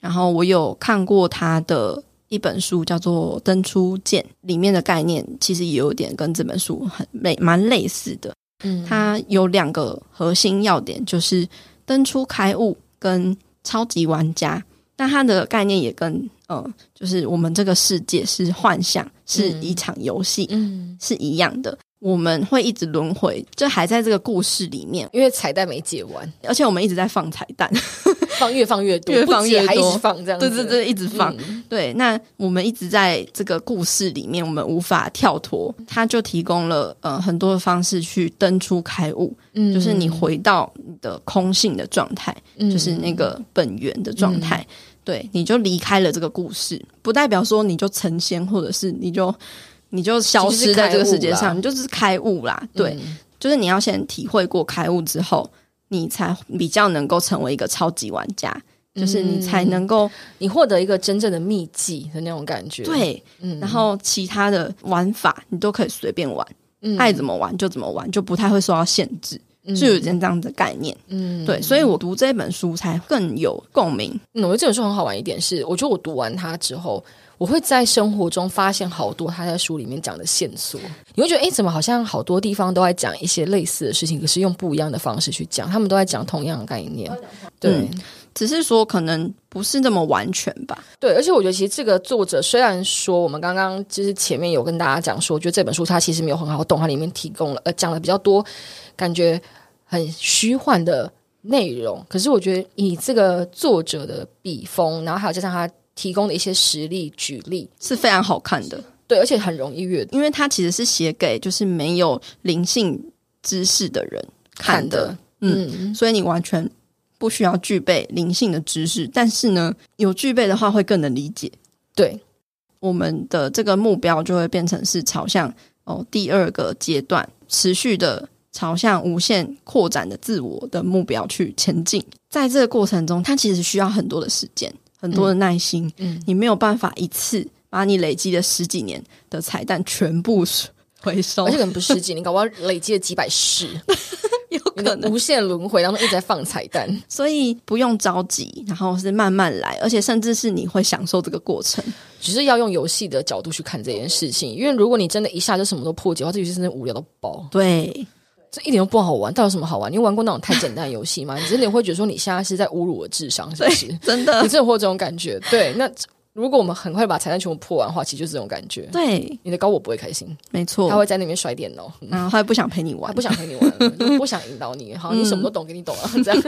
Speaker 1: 然后我有看过他的一本书叫做《登出键》，里面的概念其实也有点跟这本书很类蛮类似的。
Speaker 2: 嗯，
Speaker 1: 它有两个核心要点，就是登出开悟跟超级玩家。那它的概念也跟呃，就是我们这个世界是幻想，是一场游戏、
Speaker 2: 嗯，
Speaker 1: 是一样的。我们会一直轮回，就还在这个故事里面，
Speaker 2: 因为彩蛋没解完，
Speaker 1: 而且我们一直在放彩蛋，
Speaker 2: 放越放越多，
Speaker 1: 越放越
Speaker 2: 不解还一
Speaker 1: 多
Speaker 2: 直放这样子，
Speaker 1: 对对对，一直放。
Speaker 2: 嗯
Speaker 1: 对，那我们一直在这个故事里面，我们无法跳脱，它就提供了呃很多的方式去登出开悟，
Speaker 2: 嗯
Speaker 1: 就是你回到你的空性的状态，就是那个本源的状态。对，你就离开了这个故事，不代表说你就成仙，或者是你就你就消
Speaker 2: 就是
Speaker 1: 失在这个
Speaker 2: 开悟
Speaker 1: 世界
Speaker 2: 啦
Speaker 1: 上，你就是开悟啦。对，，
Speaker 2: 嗯
Speaker 1: 就是你要先体会过开悟之后，你才比较能够成为一个超级玩家，就是你才能够、
Speaker 2: 你获得一个真正的秘籍的那种感觉，，
Speaker 1: 对，
Speaker 2: 嗯
Speaker 1: 然后其他的玩法你都可以随便玩，
Speaker 2: 嗯
Speaker 1: 爱怎么玩就怎么玩，就不太会受到限制，
Speaker 2: 嗯
Speaker 1: 就有点这样的概念。
Speaker 2: 嗯
Speaker 1: 对，所以我读这本书才更有共鸣。
Speaker 2: 嗯，我觉得这本书很好玩一点是，我觉得我读完它之后，我会在生活中发现好多他在书里面讲的线索。你会觉得，诶，怎么好像好多地方都在讲一些类似的事情，可是用不一样的方式去讲，他们都在讲同样的概念。对、
Speaker 1: 嗯只是说可能不是那么完全吧。
Speaker 2: 对，而且我觉得其实这个作者虽然说我们刚刚就是前面有跟大家讲说，我觉得这本书它其实没有很好懂，它里面提供了呃讲了比较多感觉很虚幻的内容，可是我觉得以这个作者的笔锋，然后还有加上他提供的一些实例举例，
Speaker 1: 是非常好看的，
Speaker 2: 对，而且很容易阅读
Speaker 1: 因为它其实是写给就是没有灵性知识的人看
Speaker 2: 看
Speaker 1: 的，
Speaker 2: 的。嗯，
Speaker 1: 所以你完全不需要具备灵性的知识，但是呢，有具备的话会更能理解。
Speaker 2: 对，
Speaker 1: 我们的这个目标就会变成是朝向哦第二个阶段，持续的朝向无限扩展的自我的目标去前进。在这个过程中，它其实需要很多的时间，很多的耐心，
Speaker 2: 嗯，
Speaker 1: 你没有办法一次把你累积的十几年的彩蛋全部回收
Speaker 2: 而且，可能不是十几，你搞不好累积了几百世，
Speaker 1: 有可
Speaker 2: 你的
Speaker 1: 能
Speaker 2: 无限轮回当中一直在放彩蛋。
Speaker 1: 所以不用着急，然后是慢慢来，而且甚至是你会享受这个过程。
Speaker 2: 只是要用游戏的角度去看这件事情，因为如果你真的一下就什么都破解的话，这游戏真的无聊到爆，
Speaker 1: 对，
Speaker 2: 这一点都不好玩。到底有什么好玩？你有玩过那种太简单的游戏 吗？你真的会觉得说你现在是在侮辱我智商，是不是？你
Speaker 1: 真的，
Speaker 2: 真的会有这种感觉？对，那如果我们很快把彩蛋全部破完的话，其实就是这种感 觉。
Speaker 1: 对，
Speaker 2: 你的高我不会开心，
Speaker 1: 没
Speaker 2: 他
Speaker 1: 错。
Speaker 2: 会在那边摔电脑，
Speaker 1: 然后他也不想陪你
Speaker 2: 哦他
Speaker 1: 玩
Speaker 2: 不，想陪你嗯玩了，就不想引导你。好，你什么都懂，给你懂啊， 这样。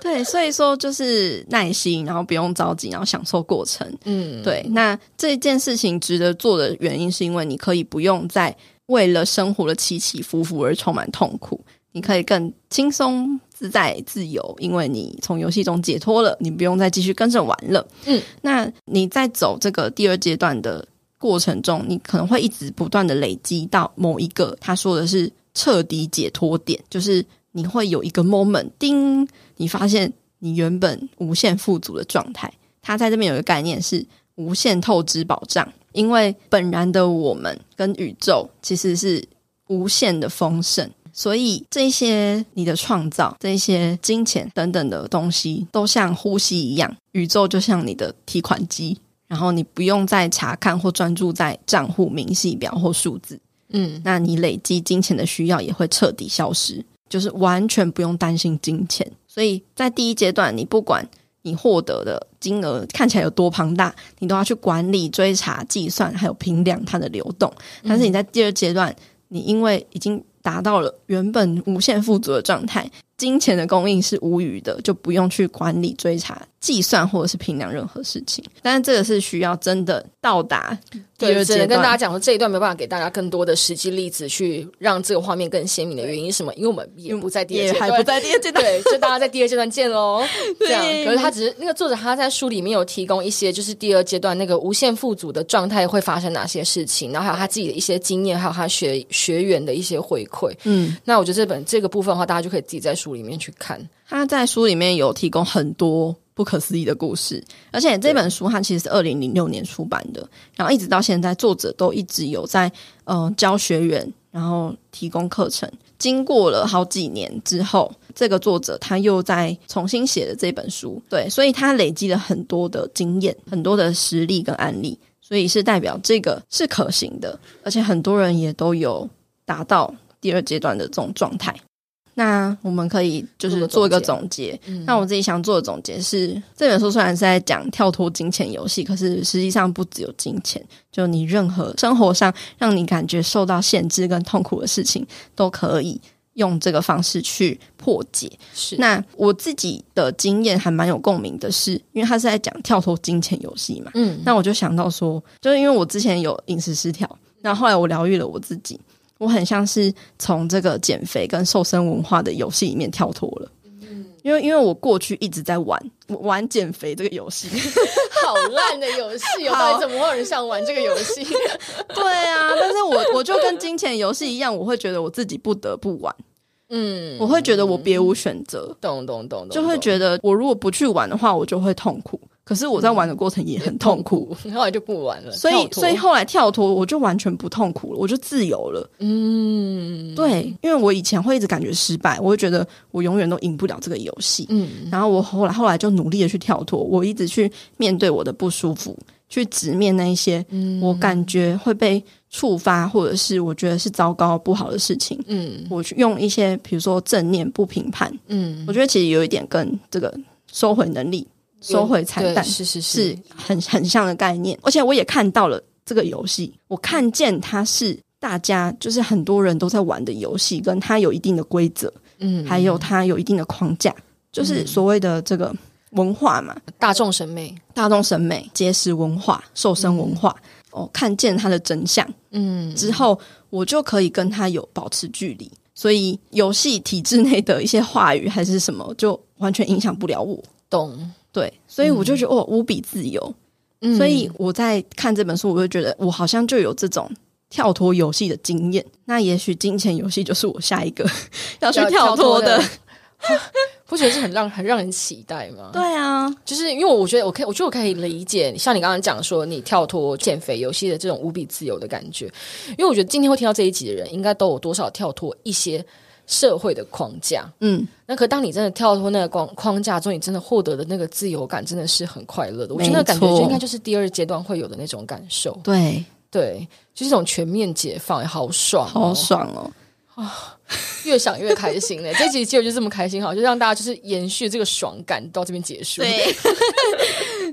Speaker 1: 对，所以说就是耐心，然后不用着急，然后享受过程。
Speaker 2: 嗯，
Speaker 1: 对，那这件事情值得做的原因，是因为你可以不用再为了生活的起起伏伏而充满痛苦，你可以更轻松自在自由，因为你从游戏中解脱了，你不用再继续跟着玩了。
Speaker 2: 嗯，
Speaker 1: 那你在走这个第二阶段的过程中，你可能会一直不断的累积到某一个他说的是彻底解脱点，就是你会有一个 moment，叮，你发现你原本无限富足的状态。他在这边有一个概念是无限透支保障，因为本然的我们跟宇宙其实是无限的丰盛，所以这些你的创造、这些金钱等等的东西，都像呼吸一样，宇宙就像你的提款机，然后你不用再查看或专注在账户明细表或数字，
Speaker 2: 嗯，
Speaker 1: 那你累积金钱的需要也会彻底消失，就是完全不用担心金钱。所以在第一阶段，你不管你获得的金额看起来有多庞大，你都要去管理、追查、计算，还有评量它的流动。但是
Speaker 2: 嗯
Speaker 1: 你在第二阶段，你因为已经达到了原本无限富足的状态，金钱的供应是无余的，就不用去管理、追查、计算或者是评量任何事情。但是这个是需要真的到达第
Speaker 2: 对，
Speaker 1: 二
Speaker 2: 只能
Speaker 1: 阶
Speaker 2: 跟大家
Speaker 1: 段。
Speaker 2: 讲说这一段没办法给大家更多的实际例子去让这个画面更鲜明的原因是什么？因为我们嗯也不在第
Speaker 1: 也
Speaker 2: 二阶
Speaker 1: 还不
Speaker 2: 段。
Speaker 1: 在第二阶段，
Speaker 2: 对，就大家在第二阶段见喽。这样，
Speaker 1: 对
Speaker 2: 可是他只是那个作者他在书里面有提供一些，就是第二阶段那个无限富足的状态会发生哪些事情，然后还有他自己的一些经验，还有他学学员的一些回馈。
Speaker 1: 嗯，
Speaker 2: 那我觉得这本这个部分的话，大家就可以自己在书里面去看。
Speaker 1: 他在书里面有提供很多不可思议的故事，而且这本书它其实是二零零六年出版的，然后一直到现在，作者都一直有在呃教学员，然后提供课程。经过了好几年之后，这个作者他又在重新写了这本书，对，所以他累积了很多的经验、很多的实例跟案例，所以是代表这个是可行的，而且很多人也都有达到第二阶段的这种状态。那我们可以就是做
Speaker 2: 做
Speaker 1: 一
Speaker 2: 个
Speaker 1: 个
Speaker 2: 总结
Speaker 1: 总结。
Speaker 2: 嗯
Speaker 1: 那我自己想做的总结是，这本书虽然是在讲跳脱金钱游戏，可是实际上不只有金钱，就你任何生活上让你感觉受到限制跟痛苦的事情，都可以用这个方式去破解。
Speaker 2: 是
Speaker 1: 那我自己的经验还蛮有共鸣的是，因为他是在讲跳脱金钱游戏嘛，
Speaker 2: 嗯
Speaker 1: 那我就想到说，就是因为我之前有饮食失调，那后来我疗愈了我自己，我很像是从这个减肥跟瘦身文化的游戏里面跳脱了。
Speaker 2: 嗯
Speaker 1: 因为因为我过去一直在玩玩减肥这个游戏，
Speaker 2: 好烂的游戏哦，
Speaker 1: 好
Speaker 2: 到底怎么会有人想玩这个游戏？
Speaker 1: 对啊，但是我我就跟金钱游戏一样，我会觉得我自己不得不玩，
Speaker 2: 嗯，
Speaker 1: 我会觉得我别无选择，
Speaker 2: 懂懂懂懂，
Speaker 1: 就会
Speaker 2: 得
Speaker 1: 觉得我如果不去玩的话，我就会痛苦。可是
Speaker 2: 嗯
Speaker 1: 我在玩的过程也很痛苦，，
Speaker 2: 后来就不玩了。
Speaker 1: 所以
Speaker 2: 跳脱
Speaker 1: 所以后来跳脱，我就完全不痛苦了，我就自由了。
Speaker 2: 嗯，
Speaker 1: 对，因为我以前会一直感觉失败，我会觉得我永远都赢不了这个游戏。
Speaker 2: 嗯，
Speaker 1: 然后我后来后来就努力的去跳脱，我一直去面对我的不舒服，去直面那一些
Speaker 2: 嗯
Speaker 1: 我感觉会被触发，或者是我觉得是糟糕不好的事情。
Speaker 2: 嗯
Speaker 1: 我去用一些比如说正念不评判，
Speaker 2: 嗯，
Speaker 1: 我觉得其实有一点跟这个收回能力、收回彩蛋
Speaker 2: 对是是
Speaker 1: 是很很像的概念，而且我也看到了这个游戏，我看见它是大家就是很多人都在玩的游戏，跟它有一定的规则，
Speaker 2: 嗯，
Speaker 1: 还有它有一定的框架，就是所谓的这个文化嘛，
Speaker 2: 大众审美，
Speaker 1: 大众审美、节食文化、瘦身文化。哦，看见它的真相
Speaker 2: 嗯，
Speaker 1: 之后，我就可以跟它有保持距离，所以游戏体制内的一些话语还是什么，就完全影响不了我。
Speaker 2: 懂。
Speaker 1: 对，所以我就觉得、哦，无比自由。
Speaker 2: 嗯
Speaker 1: 所以我在看这本书，我就觉得我好像就有这种跳脱游戏的经验。那也许金钱游戏就是我下一个 要去跳脱的。，
Speaker 2: 不觉得是很让很让人期待吗？
Speaker 1: 对啊，
Speaker 2: 就是因为我觉得我可以，我觉得我可以理解，像你刚刚讲说你跳脱减肥游戏的这种无比自由的感觉，因为我觉得今天会听到这一集的人，应该都有多少跳脱一些社会的框架。
Speaker 1: 嗯，
Speaker 2: 那可当你真的跳脱那个框框架之后，你真的获得的那个自由感，真的是很快乐的。我觉得那个感觉
Speaker 1: 没错
Speaker 2: 就应该就是第二阶段会有的那种感受，
Speaker 1: 对，
Speaker 2: 对，就是一种全面解放，好爽、哦，
Speaker 1: 好爽哦！
Speaker 2: 越想越开心嘞！这集就就这么开心，好，就让大家就是延续这个爽感到这边结束。，
Speaker 1: 对，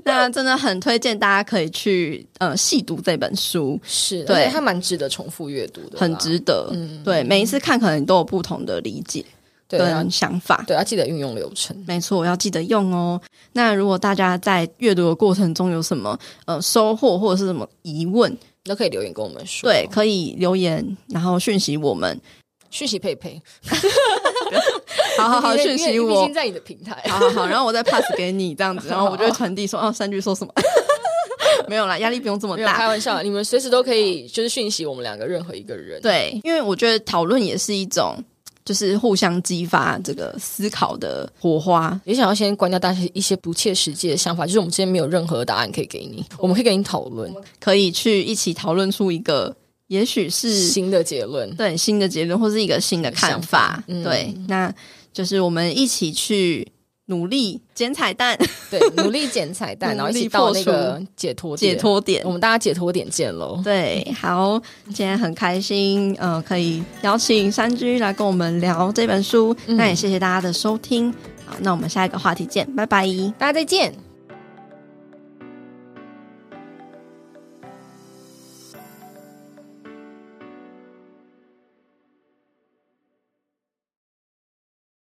Speaker 1: 那真的很推荐大家可以去呃细读这本书，
Speaker 2: 是，
Speaker 1: 对
Speaker 2: 而且它蛮值得重复阅读的啦，嗯
Speaker 1: 很值得。对，每一次看可能都有不同的理解
Speaker 2: 对啊
Speaker 1: 跟，想法。
Speaker 2: 对，要记得运用流程。
Speaker 1: 没错，我要记得用哦。那如果大家在阅读的过程中有什么呃收获或者是什么疑问，
Speaker 2: 都可以留言跟我们说。
Speaker 1: 对，可以留言，然后讯息我 们，
Speaker 2: 讯息佩佩，
Speaker 1: 好好好，
Speaker 2: 因为
Speaker 1: 讯息
Speaker 2: 因为毕
Speaker 1: 我
Speaker 2: 竟，在你的平台，
Speaker 1: 好好好，然后我再 pass 给你这 样子，然后我就会传递说，哦，三句说什么？ 没有啦，压力不用这么
Speaker 2: 没有开
Speaker 1: 大。
Speaker 2: 玩笑，你们随时都可以就是讯息我们两个任何一个人。，
Speaker 1: 对，因为我觉得讨论也是一种，就是互相激发这个思考的火花。
Speaker 2: 也想要先关掉大家一些不切实际的想法，就是我们之间没有任何答案可以给你，
Speaker 1: 嗯
Speaker 2: 我们可以跟你讨论
Speaker 1: 可以去一起讨论出一个，也许是
Speaker 2: 新的 结论。
Speaker 1: 对新的结论，或是一个新的看
Speaker 2: 想
Speaker 1: 法
Speaker 2: 法。嗯
Speaker 1: 对，那就是我们一起去努力捡彩蛋、
Speaker 2: 对，努力捡彩蛋，然后 一
Speaker 1: 努力
Speaker 2: 起到
Speaker 1: 破
Speaker 2: 那
Speaker 1: 除
Speaker 2: 个解脱点
Speaker 1: 解，脱点
Speaker 2: 我。们大家解脱点见喽。
Speaker 1: 对，好，今天很开心，呃，可以邀请山居来跟我们聊
Speaker 2: 嗯
Speaker 1: 这本书，那也谢谢大家的收听，好，那我们下一个话题见，拜拜。
Speaker 2: 大家再见。